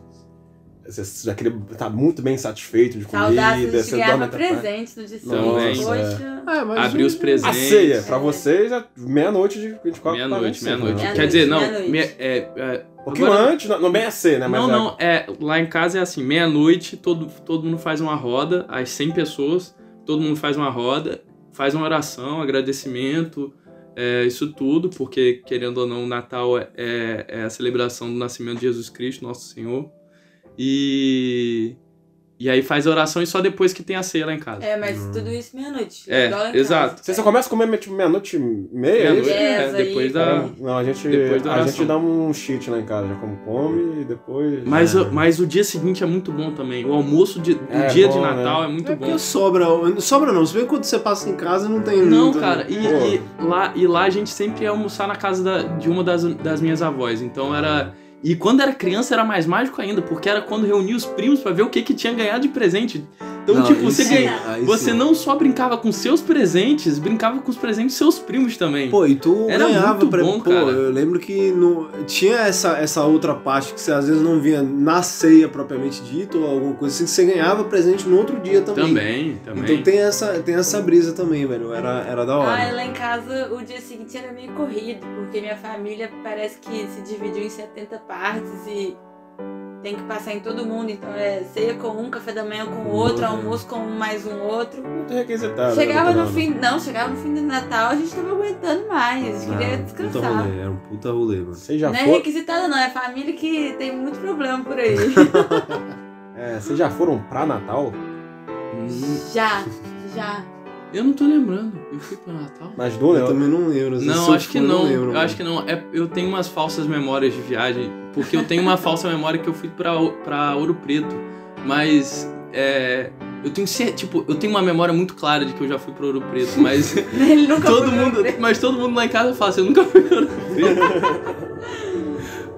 Speaker 1: Você já queria tá muito bem satisfeito de comida.
Speaker 4: Saudades de
Speaker 1: você
Speaker 4: ganhava
Speaker 1: dorme-
Speaker 4: presentes no dia
Speaker 2: Também.
Speaker 4: seguinte. Poxa.
Speaker 3: É, mas
Speaker 2: Abrir os
Speaker 1: A
Speaker 2: presentes.
Speaker 1: ceia, pra vocês, é meia-noite de 24
Speaker 2: Meia-noite,
Speaker 1: pra 25,
Speaker 2: meia-noite.
Speaker 1: né?
Speaker 2: Quer dizer, não,
Speaker 4: É, meia-noite.
Speaker 2: meia- é, é,
Speaker 1: Um pouquinho
Speaker 2: Agora-
Speaker 1: antes, não, não bem a ceia, né? Mas
Speaker 2: não,
Speaker 1: é-
Speaker 2: não, é, lá em casa é assim, meia-noite, todo, todo mundo faz uma roda, as 100 pessoas, todo mundo faz uma roda, faz uma oração, agradecimento, é, isso tudo, porque, querendo ou não, o Natal é, é- é a celebração do nascimento de Jesus Cristo, nosso Senhor, e... E aí faz a oração e só depois que tem a ceia lá em casa.
Speaker 4: É, mas tudo isso meia-noite.
Speaker 2: É,
Speaker 4: igual em
Speaker 2: exato.
Speaker 4: casa.
Speaker 1: Você só começa a comer tipo, meia-noite e meia?
Speaker 2: Meia-noite,
Speaker 1: é isso?
Speaker 2: é,
Speaker 4: Beleza,
Speaker 2: depois
Speaker 4: e-
Speaker 2: da.
Speaker 1: Não, a gente,
Speaker 2: Depois da
Speaker 1: a
Speaker 2: oração.
Speaker 1: gente dá um cheat lá em casa, já como come e depois.
Speaker 2: Mas, o- mas o dia seguinte é muito bom também. O almoço de- do
Speaker 1: É,
Speaker 2: dia
Speaker 1: bom,
Speaker 2: de Natal é muito
Speaker 3: É
Speaker 2: bom.
Speaker 3: porque sobra. Sobra não. Se bem que quando você passa em casa não tem. né?
Speaker 2: Não,
Speaker 3: tem-
Speaker 2: cara, e, e lá, e lá a gente sempre ia almoçar na casa da- de uma das, das minhas avós. Então era. E quando era criança era mais mágico ainda, porque era quando reunia os primos pra ver o que, que tinha ganhado de presente. Então,
Speaker 3: Não,
Speaker 2: tipo,
Speaker 3: aí
Speaker 2: você,
Speaker 3: sim,
Speaker 2: ganha-
Speaker 3: aí
Speaker 2: você
Speaker 3: sim.
Speaker 2: não só brincava com seus presentes, brincava com os presentes dos seus primos também.
Speaker 3: Pô, e tu
Speaker 2: Era
Speaker 3: ganhava
Speaker 2: muito
Speaker 3: pra
Speaker 2: bom,
Speaker 3: Pô,
Speaker 2: cara.
Speaker 3: eu lembro que não... tinha essa, essa outra parte que você às vezes não vinha na ceia propriamente dito ou alguma coisa assim, que você ganhava presente no outro dia também.
Speaker 2: também, também.
Speaker 3: Então tem essa, tem essa brisa também, velho. Era, era da hora.
Speaker 4: Ah, lá em casa o dia seguinte era meio corrido, porque minha família parece que se dividiu em 70 partes e tem que passar em todo mundo. Então é ceia com um, café da manhã com outro,
Speaker 3: Uhum.
Speaker 4: almoço com mais um outro.
Speaker 1: Muito requisitado. né,
Speaker 4: chegava no
Speaker 1: doutorado?
Speaker 4: fim. Não, chegava no fim do Natal, a gente tava aguentando mais. A gente queria
Speaker 3: Era um Puta
Speaker 4: descansar.
Speaker 3: rolê, era um puta rolê, mano.
Speaker 1: Você já
Speaker 4: Não é
Speaker 1: foi.
Speaker 4: requisitada, não, é família que tem muito problema por aí.
Speaker 1: É, vocês já foram pra Natal?
Speaker 2: Hum,
Speaker 4: já, já.
Speaker 2: Eu não tô lembrando. Eu fui pro Natal.
Speaker 1: Nas
Speaker 3: Eu
Speaker 1: duas? né?
Speaker 3: também não lembro. assim, se
Speaker 2: Não,
Speaker 3: eu
Speaker 2: acho que
Speaker 3: for, eu
Speaker 2: não.
Speaker 3: lembro,
Speaker 2: Eu
Speaker 3: mano.
Speaker 2: acho que não. É, eu tenho umas falsas memórias de viagem, porque eu tenho uma falsa memória que eu fui pra, Ou- pra Ouro Preto, mas é, eu tenho cer- tipo, eu tenho uma memória muito clara de que eu já fui pra Ouro Preto, mas
Speaker 4: Ele nunca
Speaker 2: todo
Speaker 4: foi meu
Speaker 2: mundo, mas todo mundo lá em casa fala assim, eu nunca fui pra Ouro Preto.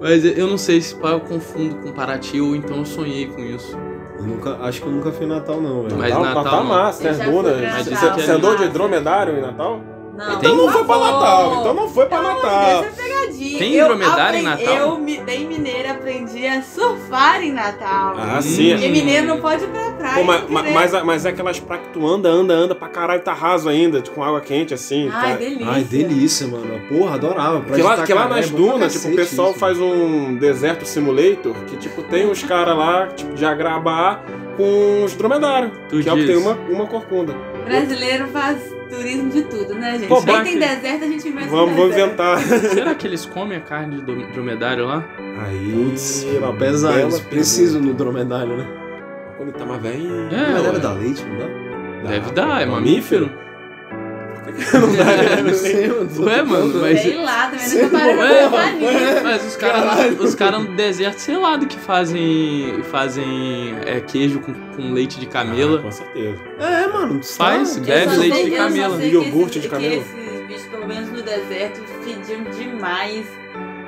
Speaker 2: mas eu não sei se pá, eu confundo com Paraty ou então eu sonhei com isso.
Speaker 3: Eu nunca, acho que eu nunca fui Natal, não, velho.
Speaker 2: Mas Natal
Speaker 1: Natal é
Speaker 2: não.
Speaker 1: massa,
Speaker 4: Eu
Speaker 1: né?
Speaker 4: já
Speaker 1: Duna.
Speaker 4: fui pra
Speaker 1: Você-
Speaker 2: Natal.
Speaker 1: Você andou de dromedário em Natal?
Speaker 4: Não,
Speaker 2: Tem?
Speaker 1: Então não foi pra
Speaker 4: Por
Speaker 1: Natal.
Speaker 4: favor.
Speaker 1: Então não foi pra
Speaker 4: Pelo amor de
Speaker 1: Natal.
Speaker 4: Deus, é pegadinha.
Speaker 2: Tem
Speaker 4: Eu
Speaker 2: dromedário em
Speaker 4: apre-
Speaker 2: Natal?
Speaker 4: Eu, mi- bem mineira, aprendi a surfar em Natal.
Speaker 1: Ah,
Speaker 4: Porque
Speaker 1: sim.
Speaker 4: mineiro não pode ir pra praia. né?
Speaker 1: Pô, ma-
Speaker 4: sem
Speaker 1: ma-
Speaker 4: querer.
Speaker 1: mas, mas é aquelas praia que tu anda, anda, anda pra caralho, tá raso ainda, com água quente assim.
Speaker 4: Ai,
Speaker 1: tá-
Speaker 4: delícia.
Speaker 3: Ai, delícia, mano. Porra, adorava. Praia
Speaker 1: Que
Speaker 3: de
Speaker 1: lá, que lá
Speaker 3: Itacaré,
Speaker 1: nas
Speaker 3: bom pra
Speaker 1: dunas, tipo, o
Speaker 3: cacete
Speaker 1: pessoal
Speaker 3: é isso, né?
Speaker 1: faz um deserto simulator que, tipo, tem uns caras lá, tipo, de agrabá com os dromedários.
Speaker 2: Tu
Speaker 1: que é o que tem
Speaker 2: diz.
Speaker 1: uma, uma corcunda.
Speaker 4: Brasileiro faz turismo de tudo, né, gente?
Speaker 1: Pô,
Speaker 4: Aí
Speaker 1: bora
Speaker 2: que-
Speaker 4: tem deserto, a gente inventa
Speaker 1: Vamos, vamos
Speaker 4: deserto.
Speaker 1: inventar.
Speaker 2: Será que eles comem a carne de dom- dromedário lá?
Speaker 1: Aí,
Speaker 3: Putz,
Speaker 1: uma
Speaker 3: Pesados,
Speaker 1: bela
Speaker 3: preciso no dromedário, né?
Speaker 1: pergunta. Quando tá mais velho.
Speaker 2: É,
Speaker 3: Mas deve
Speaker 2: ué.
Speaker 3: dar leite, não dá?
Speaker 1: dá.
Speaker 2: Deve dar, é mamífero.
Speaker 1: Não dá, né?
Speaker 3: não sei, mano. tô
Speaker 2: Ué, mano,
Speaker 3: tentando.
Speaker 2: mas-
Speaker 4: Sei lá, também
Speaker 3: Sei
Speaker 4: nunca parei pra
Speaker 2: lá,
Speaker 4: pensar nisso.
Speaker 2: Mas os caras
Speaker 3: Caralho.
Speaker 2: os cara no deserto, sei lá, do que fazem. Fazem é, queijo com, com leite de camela.
Speaker 1: Ah, Com certeza.
Speaker 3: É, mano, tu
Speaker 2: Faz,
Speaker 3: tá-
Speaker 2: bebe
Speaker 4: Eu só
Speaker 2: leite
Speaker 4: sei-
Speaker 2: de
Speaker 4: eu só
Speaker 2: camelo.
Speaker 4: sei que
Speaker 1: Iogurte de
Speaker 4: esses-
Speaker 1: camelo.
Speaker 4: Que esses bichos, pelo menos no deserto, fediam demais.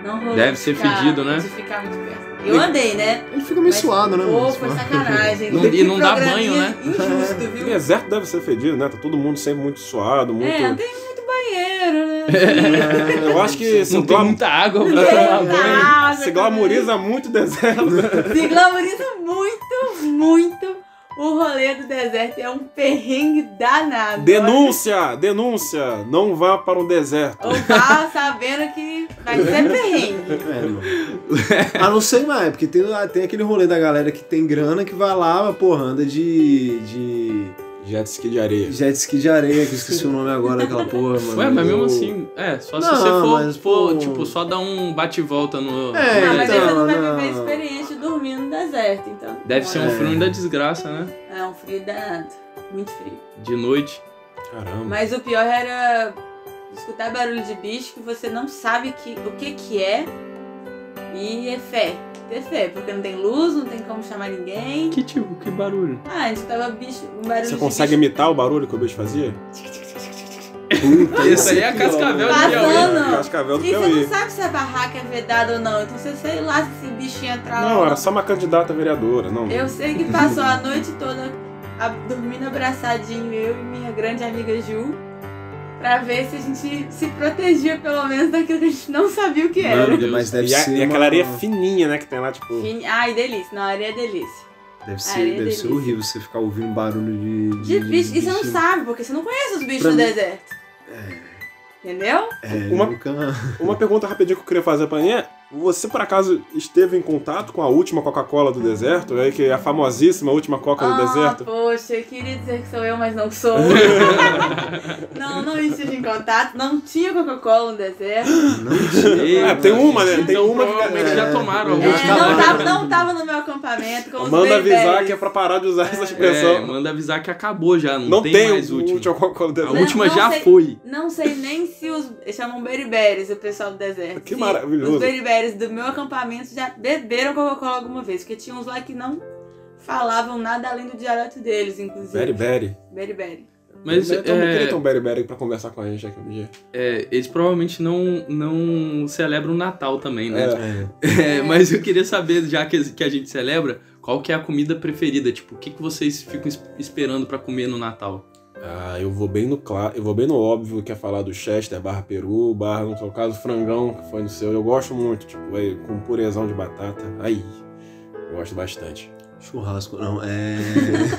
Speaker 4: Não rolou
Speaker 2: Deve
Speaker 4: de
Speaker 2: ser
Speaker 4: ficar-
Speaker 2: fedido, né?
Speaker 4: De ficar muito perto. Eu andei, né?
Speaker 3: Ele fica meio
Speaker 4: Mas,
Speaker 3: suado, né, mano?
Speaker 4: Pô, foi sacanagem.
Speaker 2: Não-
Speaker 4: Que
Speaker 2: e não dá
Speaker 4: programinha
Speaker 2: banho, né?
Speaker 4: Injusto,
Speaker 1: O
Speaker 3: É,
Speaker 4: viu?
Speaker 1: deserto deve ser fedido, né? Tá todo mundo sempre muito suado, muito.
Speaker 4: É, não tem muito banheiro, né?
Speaker 3: É,
Speaker 1: Eu acho que se,
Speaker 2: Não tem
Speaker 1: glam...
Speaker 2: muita água pra
Speaker 4: Não tem
Speaker 2: tomar
Speaker 4: muita
Speaker 2: banho.
Speaker 4: água
Speaker 1: se glamoriza muito o deserto.
Speaker 4: também. Se glamoriza muito, muito. O rolê do deserto é um perrengue danado.
Speaker 1: denúncia! Denúncia! Não vá para um deserto.
Speaker 4: Ou vá sabendo que vai ser perrengue.
Speaker 3: É, mano. A não ser mais, porque tem, tem aquele rolê da galera que tem grana que vai lá, mas, porra, anda de, de
Speaker 1: Jet ski de areia.
Speaker 3: jet ski de areia, que eu esqueci o nome agora daquela porra, mano.
Speaker 2: Ué, mas mesmo
Speaker 3: Eu-
Speaker 2: assim, é, só se
Speaker 3: Não,
Speaker 2: você for,
Speaker 3: mas,
Speaker 2: for,
Speaker 3: pô.
Speaker 2: tipo, só dar um bate e volta no.
Speaker 3: É,
Speaker 4: ah,
Speaker 2: no
Speaker 4: mas
Speaker 2: deserto.
Speaker 4: aí você
Speaker 3: então,
Speaker 4: não vai
Speaker 3: não.
Speaker 4: viver experiência dormindo no deserto, então.
Speaker 2: Deve ser um
Speaker 3: É.
Speaker 2: frio da desgraça, né?
Speaker 4: É um frio danado. Muito frio.
Speaker 2: De noite.
Speaker 1: Caramba.
Speaker 4: Mas o pior era escutar barulho de bicho que você não sabe que, o que que é. E é fé. Ter fé, porque não tem luz, não tem como chamar ninguém.
Speaker 2: Que tipo, que barulho.
Speaker 4: Ah, a gente tava bicho, um barulho
Speaker 1: Você
Speaker 4: de
Speaker 1: consegue
Speaker 4: bicho
Speaker 1: imitar o barulho que o bicho fazia?
Speaker 3: Puta,
Speaker 2: Esse aí é a cascavel de Piauí.
Speaker 4: Passando.
Speaker 1: Cascavel do
Speaker 4: E você
Speaker 1: Piauí.
Speaker 4: não sabe se a barraca é vedada ou não. Então você sei lá se esse bichinho entrar lá.
Speaker 1: Não, era só uma candidata vereadora, não.
Speaker 4: Eu sei que passou a noite toda a- dormindo abraçadinho, eu e minha grande amiga Ju, pra ver se a gente se protegia pelo menos daquilo que a gente não sabia o que era.
Speaker 3: Mano,
Speaker 2: Deus.
Speaker 3: mas deve
Speaker 1: E, a-
Speaker 3: ser.
Speaker 1: e aquela
Speaker 3: uma-
Speaker 1: areia fininha, né? Que tem lá, tipo.
Speaker 4: Fini- Ai, delícia. Não, areia é delícia.
Speaker 3: Deve
Speaker 4: Areia
Speaker 3: ser, deve
Speaker 4: delícia.
Speaker 3: ser horrível você ficar ouvindo barulho de.
Speaker 4: De bicho. E você não
Speaker 3: de-
Speaker 4: sabe, porque você não conhece os bichos
Speaker 3: é Pra
Speaker 4: do
Speaker 3: mim-
Speaker 4: deserto. Entendeu?
Speaker 3: É,
Speaker 1: Uma-
Speaker 3: nunca.
Speaker 1: Uma pergunta rapidinha que eu queria fazer pra mim é: Você por acaso esteve em contato com a última Coca-Cola do deserto, né? Que é a famosíssima última Coca do
Speaker 4: ah,
Speaker 1: é deserto?
Speaker 4: poxa, eu queria dizer que sou eu, mas não sou. não, não estive em contato. Não tinha Coca-Cola no deserto.
Speaker 3: Não tinha.
Speaker 1: É, tem uma, né?
Speaker 2: Então,
Speaker 1: Tem uma que-
Speaker 2: provavelmente já
Speaker 3: é,
Speaker 2: tomaram
Speaker 3: é,
Speaker 4: É,
Speaker 2: alguns.
Speaker 4: não, tava, não tava no meu acampamento. Como os
Speaker 1: Manda
Speaker 4: bem
Speaker 1: avisar
Speaker 4: velhos.
Speaker 1: que é pra parar de usar essa
Speaker 2: É,
Speaker 1: expressão.
Speaker 2: manda avisar que acabou já, não,
Speaker 1: não
Speaker 2: tem,
Speaker 1: tem
Speaker 2: mais
Speaker 1: o
Speaker 2: último.
Speaker 1: último Coca-Cola do
Speaker 2: A
Speaker 1: deserto.
Speaker 4: Não,
Speaker 2: última
Speaker 4: não
Speaker 2: já
Speaker 4: sei.
Speaker 2: foi.
Speaker 4: Não sei nem se os. Eles chamam beriberes, o pessoal do deserto.
Speaker 1: Que
Speaker 4: Se
Speaker 1: maravilhoso.
Speaker 4: Os beriberes do meu acampamento já beberam Coca-Cola alguma vez, porque tinha uns lá que não falavam nada além do dialeto deles,
Speaker 1: Berry
Speaker 4: inclusive.
Speaker 1: Berry.
Speaker 4: Beriberi.
Speaker 2: é- Mas
Speaker 1: eu não queria
Speaker 2: é,
Speaker 1: ter um Berry Berry pra conversar com a gente aqui um dia.
Speaker 2: é, eles provavelmente não, não celebram o Natal também, né?
Speaker 3: É.
Speaker 2: É, mas eu queria saber, já que, que a gente celebra, qual que é a comida preferida? Tipo, o que, que vocês ficam es- esperando pra comer no Natal?
Speaker 1: Ah, eu vou bem no claro, eu vou bem no óbvio que é falar do Chester barra Peru, barra no seu caso frangão que foi no seu. Eu gosto muito, tipo, aí, com purezão de batata. Aí, eu gosto bastante.
Speaker 3: Churrasco, não. É.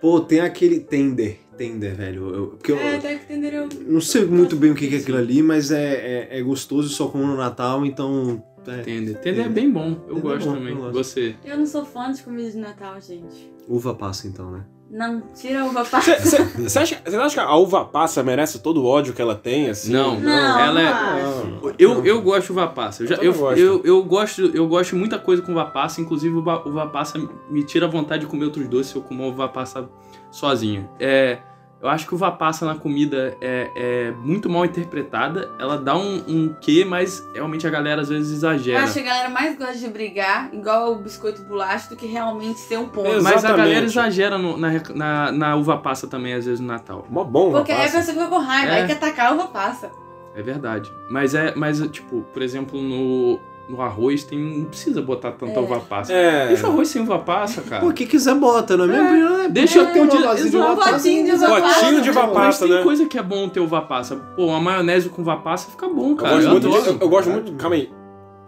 Speaker 3: Pô, tem aquele Tender. Tender, velho. Eu, porque eu,
Speaker 4: É, até que entenderam.
Speaker 3: não sei muito bem o que que é aquilo ali, mas é, é, é gostoso só como no Natal, então. É,
Speaker 2: Tender. Tender é
Speaker 3: Tender.
Speaker 2: bem bom. Eu
Speaker 3: Tender é
Speaker 2: gosto
Speaker 3: bom,
Speaker 2: também.
Speaker 3: eu gosto.
Speaker 2: Você.
Speaker 4: Eu não sou fã de comida de Natal, gente.
Speaker 3: uva passa então, né?
Speaker 4: Não, tira o papai.
Speaker 1: Você acha, cê acha que a uva passa merece todo o ódio que ela tem, assim?
Speaker 2: Não.
Speaker 4: Não,
Speaker 2: ela é-
Speaker 4: não acho.
Speaker 2: Eu, eu gosto de uva passa. Eu, já-
Speaker 1: Eu também
Speaker 2: eu-
Speaker 1: gosto.
Speaker 2: eu- eu gosto. Eu gosto de muita coisa com uva passa. Inclusive, uva, uva passa me tira a vontade de comer outros doces se eu comer uva passa sozinho. É, eu acho que uva passa na comida é, é muito mal interpretada. Ela dá um, um quê, mas realmente a galera às vezes
Speaker 4: Eu
Speaker 2: exagera.
Speaker 4: acho que a galera mais gosta de brigar, igual o biscoito bolacha, do que realmente ser um ponto.
Speaker 1: Exato.
Speaker 2: Mas a galera
Speaker 1: Exatamente.
Speaker 2: exagera no- na, na, na uva passa também, às vezes, no Natal.
Speaker 1: Mó bom, uva
Speaker 4: Porque é aí a
Speaker 1: passa.
Speaker 4: pessoa fica com raiva,
Speaker 2: É.
Speaker 4: aí quer atacar, a uva passa.
Speaker 2: É verdade. Mas é, mas, tipo, por exemplo, no, no arroz tem, não precisa botar tanta
Speaker 4: É.
Speaker 2: uva passa.
Speaker 1: É.
Speaker 2: Deixa o arroz sem uva passa, cara.
Speaker 3: Pô, o que quiser bota, não é mesmo? É,
Speaker 2: Deixa eu ter um
Speaker 3: uma
Speaker 2: dia-
Speaker 3: vasilha de
Speaker 2: exato.
Speaker 3: uva passa,
Speaker 4: Potinho de
Speaker 3: um
Speaker 4: uva
Speaker 1: passa. Potinho de uva
Speaker 3: Pô,
Speaker 1: passa.
Speaker 2: mas tem
Speaker 1: né?
Speaker 2: coisa que é bom ter uva passa. Pô, uma maionese com uva passa fica bom,
Speaker 1: Eu
Speaker 2: cara.
Speaker 1: gosto
Speaker 2: eu
Speaker 1: muito
Speaker 2: adoro.
Speaker 1: de, eu, eu gosto muito. Calma aí.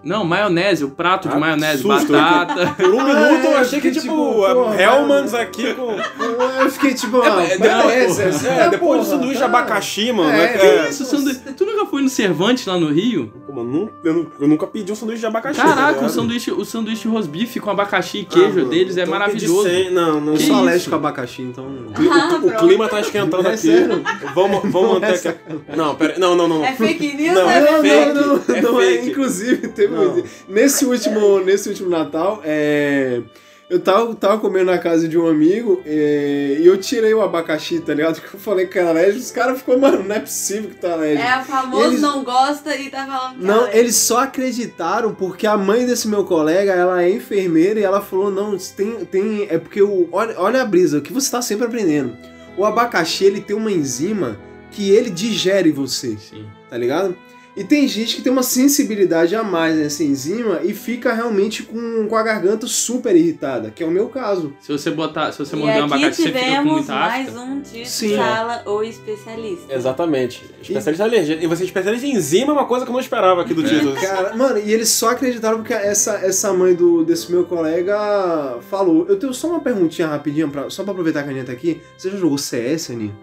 Speaker 2: Não, maionese, o prato de
Speaker 1: Ah,
Speaker 2: maionese,
Speaker 1: susto.
Speaker 2: batata.
Speaker 1: Por um minuto eu achei que,
Speaker 3: que
Speaker 1: tipo,
Speaker 3: tipo, porra,
Speaker 1: Hellmans aqui com.
Speaker 3: Eu fiquei tipo, ah,
Speaker 2: É,
Speaker 3: beleza.
Speaker 2: não,
Speaker 3: essa
Speaker 1: É, depois
Speaker 3: porra,
Speaker 1: do sanduíche de
Speaker 3: tá.
Speaker 1: abacaxi, mano.
Speaker 3: É,
Speaker 1: né,
Speaker 2: Que
Speaker 1: que
Speaker 3: é.
Speaker 2: isso, sanduíche? Tu nunca foi no Cervantes lá no Rio?
Speaker 1: Pô, mano, nu- eu, nu- eu nunca pedi um sanduíche de abacaxi. tá
Speaker 2: Caraca,
Speaker 1: ligado?
Speaker 2: o sanduíche, o sanduíche rosbife com abacaxi e
Speaker 3: Ah,
Speaker 2: queijo
Speaker 3: mano,
Speaker 2: deles é
Speaker 1: Então eu pedi
Speaker 2: maravilhoso.
Speaker 1: sem- Não, não.
Speaker 3: Eu
Speaker 2: Que
Speaker 3: sou
Speaker 2: isso?
Speaker 3: alérgico a abacaxi, então.
Speaker 1: O,
Speaker 4: Ah,
Speaker 1: o- o
Speaker 4: pronto.
Speaker 1: clima tá esquentando
Speaker 3: É
Speaker 1: aqui.
Speaker 3: sério?
Speaker 1: Vamos, vamos manter aqui. Não, pera. Não, não, não.
Speaker 4: É fake news,
Speaker 1: Não,
Speaker 4: né?
Speaker 1: é fake,
Speaker 3: não, não,
Speaker 1: é
Speaker 3: não,
Speaker 1: fake.
Speaker 3: inclusive, teve
Speaker 1: Não.
Speaker 3: um- nesse último, nesse último Natal, é, eu tava, tava comendo na casa de um amigo é, e eu tirei o abacaxi, tá ligado? Porque eu falei que era alérgico, os caras ficou, mano, não é possível que tá alérgico.
Speaker 4: É, o famoso
Speaker 3: Eles-
Speaker 4: não gosta e tá falando. que
Speaker 3: Não,
Speaker 4: ela é.
Speaker 3: eles só acreditaram porque a mãe desse meu colega, ela é enfermeira e ela falou: não, isso tem. tem é porque o. Olha, olha a brisa, o que você tá sempre aprendendo. O abacaxi, ele tem uma enzima que ele digere você,
Speaker 2: Sim.
Speaker 3: tá ligado? E tem gente que tem uma sensibilidade a mais nessa enzima e fica realmente com, com a garganta super irritada, que é o meu caso.
Speaker 2: Se você botar, se você
Speaker 4: E
Speaker 2: morder um
Speaker 4: aqui
Speaker 2: abacaxi, você fica com
Speaker 4: tivemos
Speaker 2: muita
Speaker 4: mais
Speaker 2: afta.
Speaker 4: um dia de
Speaker 3: Sim.
Speaker 4: sala ou especialista.
Speaker 1: Exatamente. Especialista em alergia. E você é especialista em enzima, é uma coisa que eu não esperava aqui do
Speaker 2: É.
Speaker 1: título.
Speaker 3: Cara, mano, e eles só acreditaram porque essa, essa mãe do, desse meu colega falou. Eu tenho só uma perguntinha rapidinha, pra, só pra aproveitar que a Aninha tá aqui. Você já jogou CS, Aninha?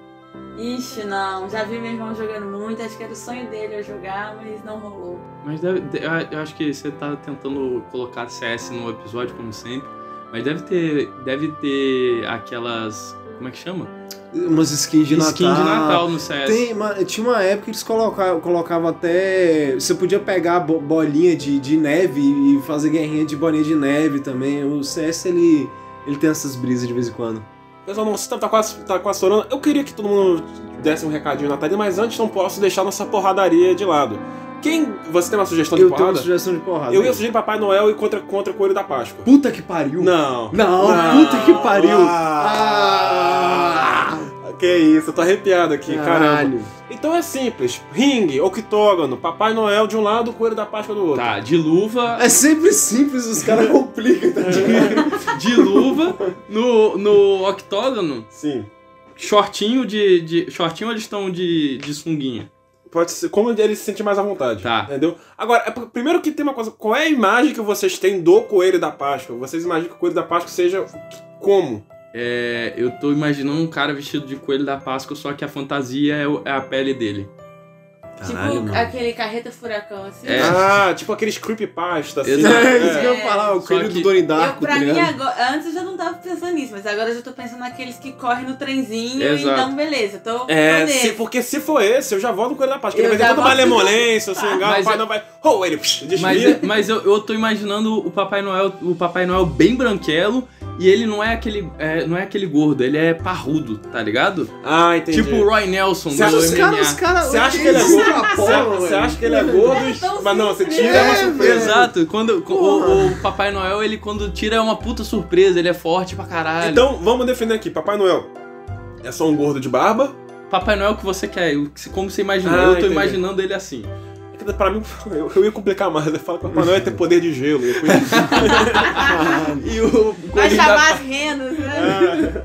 Speaker 4: Ixi, não. Já vi meu irmão jogando muito. Acho que era o sonho dele eu jogar, mas não rolou.
Speaker 2: Mas deve, de- eu- eu acho que você tá tentando colocar CS no episódio, como sempre. Mas deve ter. Deve ter aquelas. Como é que chama?
Speaker 3: Umas skins de
Speaker 2: Skin
Speaker 3: Natal.
Speaker 2: de Natal no
Speaker 1: né?
Speaker 2: CS.
Speaker 3: Tem, ma- tinha uma época que eles colocavam, colocavam até. Você podia pegar bo- bolinha de, de neve e fazer guerrinha de bolinha de neve também. O CS ele, ele tem essas brisas de vez em quando.
Speaker 1: Pessoal, não, você tá, tá quase, tá quase chorando. Eu queria que todo mundo desse um recadinho natalino, mas antes não posso deixar nossa porradaria de lado. Quem. Você tem uma sugestão de
Speaker 3: Eu tenho uma
Speaker 1: porrada?
Speaker 3: sugestão de porrada.
Speaker 1: eu ia sugerir Papai Noel e contra, contra o Coelho da Páscoa.
Speaker 3: Puta que pariu!
Speaker 1: Não.
Speaker 3: Não,
Speaker 1: Não.
Speaker 3: puta que pariu!
Speaker 1: Ah. Que isso, eu tô arrepiado aqui, caramba.
Speaker 3: caralho!
Speaker 1: Então é simples: ringue, octógono, Papai Noel de um lado, Coelho da Páscoa do outro.
Speaker 2: Tá, de luva.
Speaker 3: É sempre simples, os caras complicam, tá ligado?
Speaker 2: De luva. No, no octógono,
Speaker 1: Sim.
Speaker 2: shortinho de. de shortinho eles estão de, de sunguinha.
Speaker 1: Pode ser como ele se sente mais à vontade.
Speaker 2: Tá.
Speaker 1: Entendeu? Agora, é porque- primeiro que tem uma coisa. Qual é a imagem que vocês têm do Coelho da Páscoa? Vocês imaginam que o Coelho da Páscoa seja como?
Speaker 2: É, eu tô imaginando um cara vestido de coelho da Páscoa, só que a fantasia é, o- é a pele dele.
Speaker 3: Caralho,
Speaker 4: tipo
Speaker 3: mano.
Speaker 4: aquele carreta furacão, assim.
Speaker 2: É.
Speaker 1: Ah, tipo aqueles creepypasta, assim.
Speaker 2: Exato.
Speaker 1: né?
Speaker 3: É isso que eu ia falar, o
Speaker 2: Só
Speaker 3: coelho
Speaker 2: que-
Speaker 3: do Donnie
Speaker 4: Eu,
Speaker 3: Darko,
Speaker 4: pra
Speaker 3: tá
Speaker 4: mim,
Speaker 3: ligado?
Speaker 4: agora, antes eu já não tava pensando nisso, mas agora eu já tô pensando naqueles que correm no trenzinho,
Speaker 2: Exato.
Speaker 4: então beleza, tô, tô
Speaker 1: É,
Speaker 4: nesse.
Speaker 1: se- porque se for esse, eu já volto no Coelho da Paz. Porque
Speaker 4: Eu
Speaker 1: ele vai ter
Speaker 4: já
Speaker 1: toda
Speaker 4: volto-
Speaker 1: malemolência, assim, o
Speaker 2: Mas
Speaker 1: pai
Speaker 2: é-
Speaker 1: não vai... Oh, ele psh,
Speaker 2: Mas, é-
Speaker 1: desvia.
Speaker 2: mas eu, eu tô imaginando o Papai Noel, o Papai Noel bem branquelo e ele não é aquele, é, não é aquele gordo, ele é parrudo, tá ligado?
Speaker 1: Ah, entendi.
Speaker 2: Tipo o Roy Nelson
Speaker 1: Você
Speaker 2: do
Speaker 1: acha
Speaker 3: Os
Speaker 2: MMA.
Speaker 3: caras, os caras...
Speaker 1: é né? Você acha que ele é
Speaker 3: eles
Speaker 1: gordo?
Speaker 3: extrapolam,
Speaker 1: Você- Você
Speaker 3: velho.
Speaker 1: acha que ele é gordo?
Speaker 4: É tão
Speaker 1: mas não, você
Speaker 4: simples.
Speaker 1: tira é uma
Speaker 3: É,
Speaker 1: surpresa.
Speaker 3: velho.
Speaker 2: Exato, quando o-
Speaker 3: Porra.
Speaker 2: o, o Papai Noel, ele quando tira é uma puta surpresa, ele é forte pra caralho.
Speaker 1: Então, vamos definir aqui. Papai Noel é só um gordo de barba?
Speaker 2: Papai Noel que você quer, o que- como você imaginou,
Speaker 1: Ah,
Speaker 2: eu tô
Speaker 1: entendi.
Speaker 2: imaginando ele assim.
Speaker 1: Pra mim, eu, eu ia complicar mais. Eu falo que o Papai Noel ia ter poder de gelo. Eu ia-
Speaker 3: Caralho.
Speaker 2: E o
Speaker 4: Vai
Speaker 2: Coelho da
Speaker 4: chamar as renas, né?
Speaker 1: Ah,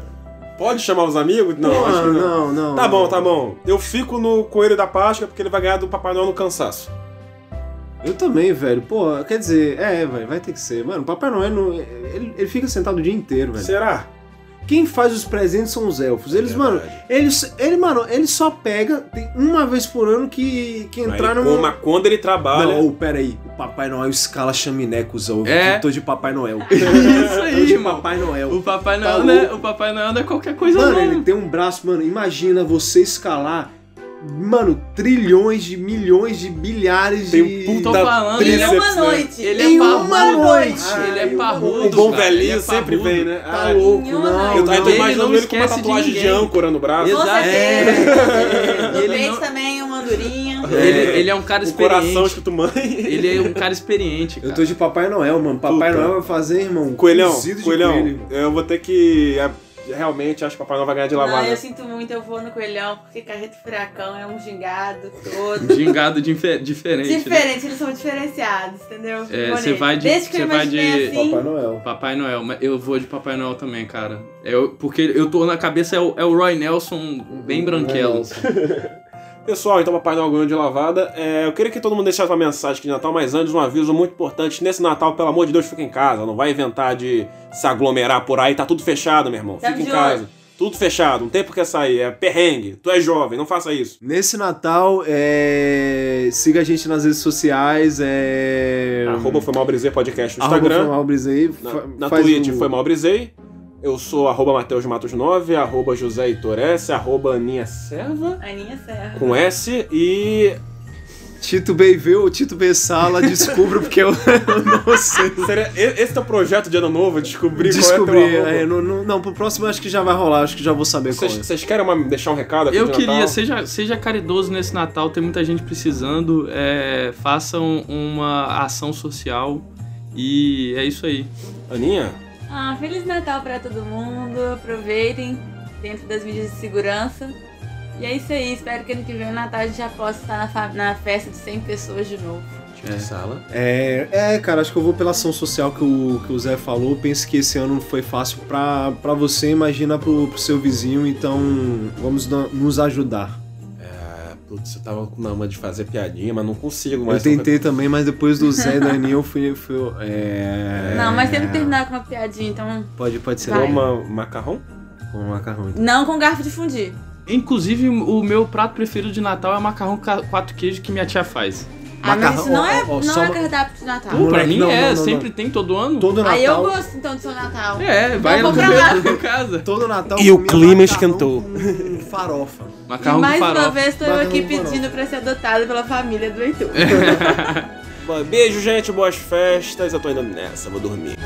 Speaker 1: Pode chamar os amigos? Não,
Speaker 3: Não,
Speaker 1: acho que não.
Speaker 3: não, não,
Speaker 1: Tá bom, tá bom. Eu fico no Coelho da Páscoa porque ele vai ganhar do Papai Noel no cansaço.
Speaker 3: Eu também, velho. Pô, quer dizer, é, velho, vai ter que ser. Mano, Papai Noel, não- ele, ele fica sentado o dia inteiro, velho.
Speaker 1: Será?
Speaker 3: Quem faz os presentes são os elfos. Eles, mano, eles, ele, mano, ele só pega tem uma vez por ano que, que
Speaker 1: Mas
Speaker 3: entrar
Speaker 1: ele-
Speaker 3: numa-
Speaker 1: Mas quando ele trabalha...
Speaker 3: Não, ô, pera aí. O Papai Noel escala chaminé, cuzão.
Speaker 2: É.
Speaker 3: Eu tô de Papai Noel.
Speaker 2: Isso
Speaker 3: Tô
Speaker 1: Tipo,
Speaker 2: aí,
Speaker 3: de
Speaker 2: irmão.
Speaker 3: Papai Noel.
Speaker 2: O Papai
Speaker 3: Tá
Speaker 2: Noel, né? O Papai Noel não é qualquer coisa
Speaker 3: mano,
Speaker 2: não.
Speaker 1: né?
Speaker 3: ele tem um braço, mano. Imagina você escalar, mano, trilhões de milhões de bilhares
Speaker 1: Tem
Speaker 3: de.
Speaker 1: um
Speaker 2: Tô
Speaker 1: da
Speaker 2: falando,
Speaker 3: Ah,
Speaker 4: Em
Speaker 2: ele é,
Speaker 1: tríceps,
Speaker 4: uma
Speaker 1: né?
Speaker 4: noite.
Speaker 2: ele
Speaker 3: Em
Speaker 2: é
Speaker 3: uma
Speaker 2: parrudo.
Speaker 3: noite.
Speaker 2: Ele é
Speaker 3: Ai,
Speaker 2: parrudo,
Speaker 1: O Ah, um bom
Speaker 2: cara,
Speaker 1: velhinho
Speaker 2: ele é
Speaker 1: sempre
Speaker 2: parrudo.
Speaker 1: vem, né?
Speaker 3: Tá
Speaker 1: Ah,
Speaker 3: louco,
Speaker 4: Nenhuma
Speaker 3: não.
Speaker 1: Eu, eu
Speaker 3: não.
Speaker 1: tô
Speaker 2: Ele
Speaker 1: imaginando
Speaker 2: não
Speaker 1: ele com uma
Speaker 2: esquece de
Speaker 1: tatuagem de,
Speaker 2: ninguém.
Speaker 1: âncora no braço.
Speaker 4: Com
Speaker 2: Exato.
Speaker 4: certeza.
Speaker 2: Ele
Speaker 4: No peito
Speaker 2: não-
Speaker 4: É. também, uma andorinha.
Speaker 2: Ele, ele é um cara
Speaker 1: O coração
Speaker 2: experiente.
Speaker 1: escrito mãe.
Speaker 2: Ele é um cara experiente, cara.
Speaker 3: Eu tô de Papai Noel, mano. Papai
Speaker 1: Puta.
Speaker 3: Noel vai fazer, irmão. um
Speaker 1: Coelhão,
Speaker 3: cozido de
Speaker 1: coelhão,
Speaker 3: coelho.
Speaker 1: eu vou ter que. é, Realmente acho que o Papai Noel vai ganhar de
Speaker 4: Não,
Speaker 1: lavada.
Speaker 4: eu sinto muito, eu vou no coelhão, porque carreta furacão é um gingado todo.
Speaker 2: Gingado de infe- diferente. né?
Speaker 4: Diferente, eles são diferenciados, entendeu?
Speaker 2: É,
Speaker 4: Vou
Speaker 2: você
Speaker 4: nele.
Speaker 2: vai de-
Speaker 4: Desde que eu
Speaker 2: você vai de-
Speaker 4: imaginei assim.
Speaker 3: Papai Noel.
Speaker 2: Papai Noel, mas eu vou de Papai Noel também, cara. Eu, porque eu tô na cabeça, é o, é o Roy Nelson
Speaker 3: Uhum.
Speaker 2: bem branquelo.
Speaker 3: É
Speaker 1: Pessoal, então Papai Noel ganhou de lavada. É, eu queria que todo mundo deixasse uma mensagem aqui de Natal, mas antes um aviso muito importante. Nesse Natal, pelo amor de Deus, fica em casa. Não vai inventar de se aglomerar por aí. Tá tudo fechado, meu irmão.
Speaker 4: Tamo
Speaker 1: Fica em
Speaker 4: de
Speaker 1: casa. Tudo fechado, não tem por que sair. É perrengue. Tu é jovem, não faça isso.
Speaker 3: Nesse Natal, é... siga a gente nas redes sociais. É...
Speaker 1: Arroba foi mal Brisei podcast no
Speaker 3: Arroba
Speaker 1: Instagram.
Speaker 3: Foi Mal Brisa aí.
Speaker 1: Na,
Speaker 3: Fa-
Speaker 1: na
Speaker 3: faz um
Speaker 1: Twitch
Speaker 3: o-
Speaker 1: foi mal brisei. Eu sou arroba Matheus Matos 9, arroba José Heitor S, arroba Aninha Serva
Speaker 4: Aninha Serra.
Speaker 1: com S e.
Speaker 3: Tito Beiveu ou Tito Bessala, descubra porque eu eu não sei.
Speaker 1: Seria, e- esse é o projeto de ano novo? Descobrir qual é
Speaker 3: Descobri.
Speaker 1: teu arroba.
Speaker 3: é, não, não, não, pro próximo eu acho que já vai rolar, acho que já vou saber qual
Speaker 1: Vocês,
Speaker 3: é.
Speaker 1: vocês querem uma- deixar um recado aqui
Speaker 2: Eu
Speaker 1: de
Speaker 2: queria,
Speaker 1: Natal?
Speaker 2: seja, seja caridoso nesse Natal, tem muita gente precisando. É, façam uma ação social e é isso aí.
Speaker 1: Aninha?
Speaker 4: Ah, Feliz Natal pra todo mundo. Aproveitem dentro das medidas de segurança. E é isso aí. Espero que ano que vem o Natal a gente já possa estar na, fa- na festa de 100 pessoas de novo.
Speaker 2: É.
Speaker 1: Sala.
Speaker 3: É, é, cara, acho que eu vou pela ação social que o, que o Zé falou. Penso que esse ano não foi fácil pra, pra você, imagina pro, pro seu vizinho, então vamos na- nos ajudar.
Speaker 1: Ah, putz, eu tava com uma de fazer piadinha, mas tá- não consigo
Speaker 3: Eu
Speaker 1: mais.
Speaker 3: tentei também, mas depois do Zé e da Aninha eu fui. fui é...
Speaker 4: Não, mas temos que terminar com uma piadinha, então.
Speaker 3: Pode, pode ser.
Speaker 4: Vai.
Speaker 1: Toma macarrão?
Speaker 3: Com macarrão. então.
Speaker 4: Não com garfo de fundir.
Speaker 2: Inclusive, o meu prato preferido de Natal é macarrão ca- quatro queijos que minha tia faz.
Speaker 4: Ah, mas isso
Speaker 3: Macarrão,
Speaker 4: não é,
Speaker 3: ó, ó,
Speaker 4: não
Speaker 3: só
Speaker 4: é
Speaker 3: ma-
Speaker 4: cardápio de Natal.
Speaker 2: Pô,
Speaker 3: Moleque,
Speaker 2: pra mim
Speaker 3: não,
Speaker 2: é,
Speaker 3: não, não,
Speaker 2: sempre tem todo ano.
Speaker 3: Todo Natal.
Speaker 4: Aí eu gosto então do seu Natal.
Speaker 2: É, vai
Speaker 4: vou
Speaker 2: no
Speaker 4: pra
Speaker 2: meu em casa.
Speaker 3: Todo Natal.
Speaker 1: E o
Speaker 3: comia
Speaker 1: clima
Speaker 3: macarrão
Speaker 1: esquentou.
Speaker 3: com Farofa.
Speaker 2: Macarrão
Speaker 4: e
Speaker 2: com
Speaker 4: mais uma
Speaker 2: farofa.
Speaker 4: vez tô eu
Speaker 3: Macarrão
Speaker 4: aqui
Speaker 3: com farofa.
Speaker 4: pedindo pra ser adotada pela família do Heitor.
Speaker 1: Bom, Beijo, gente, boas festas. Eu tô indo nessa, vou dormir.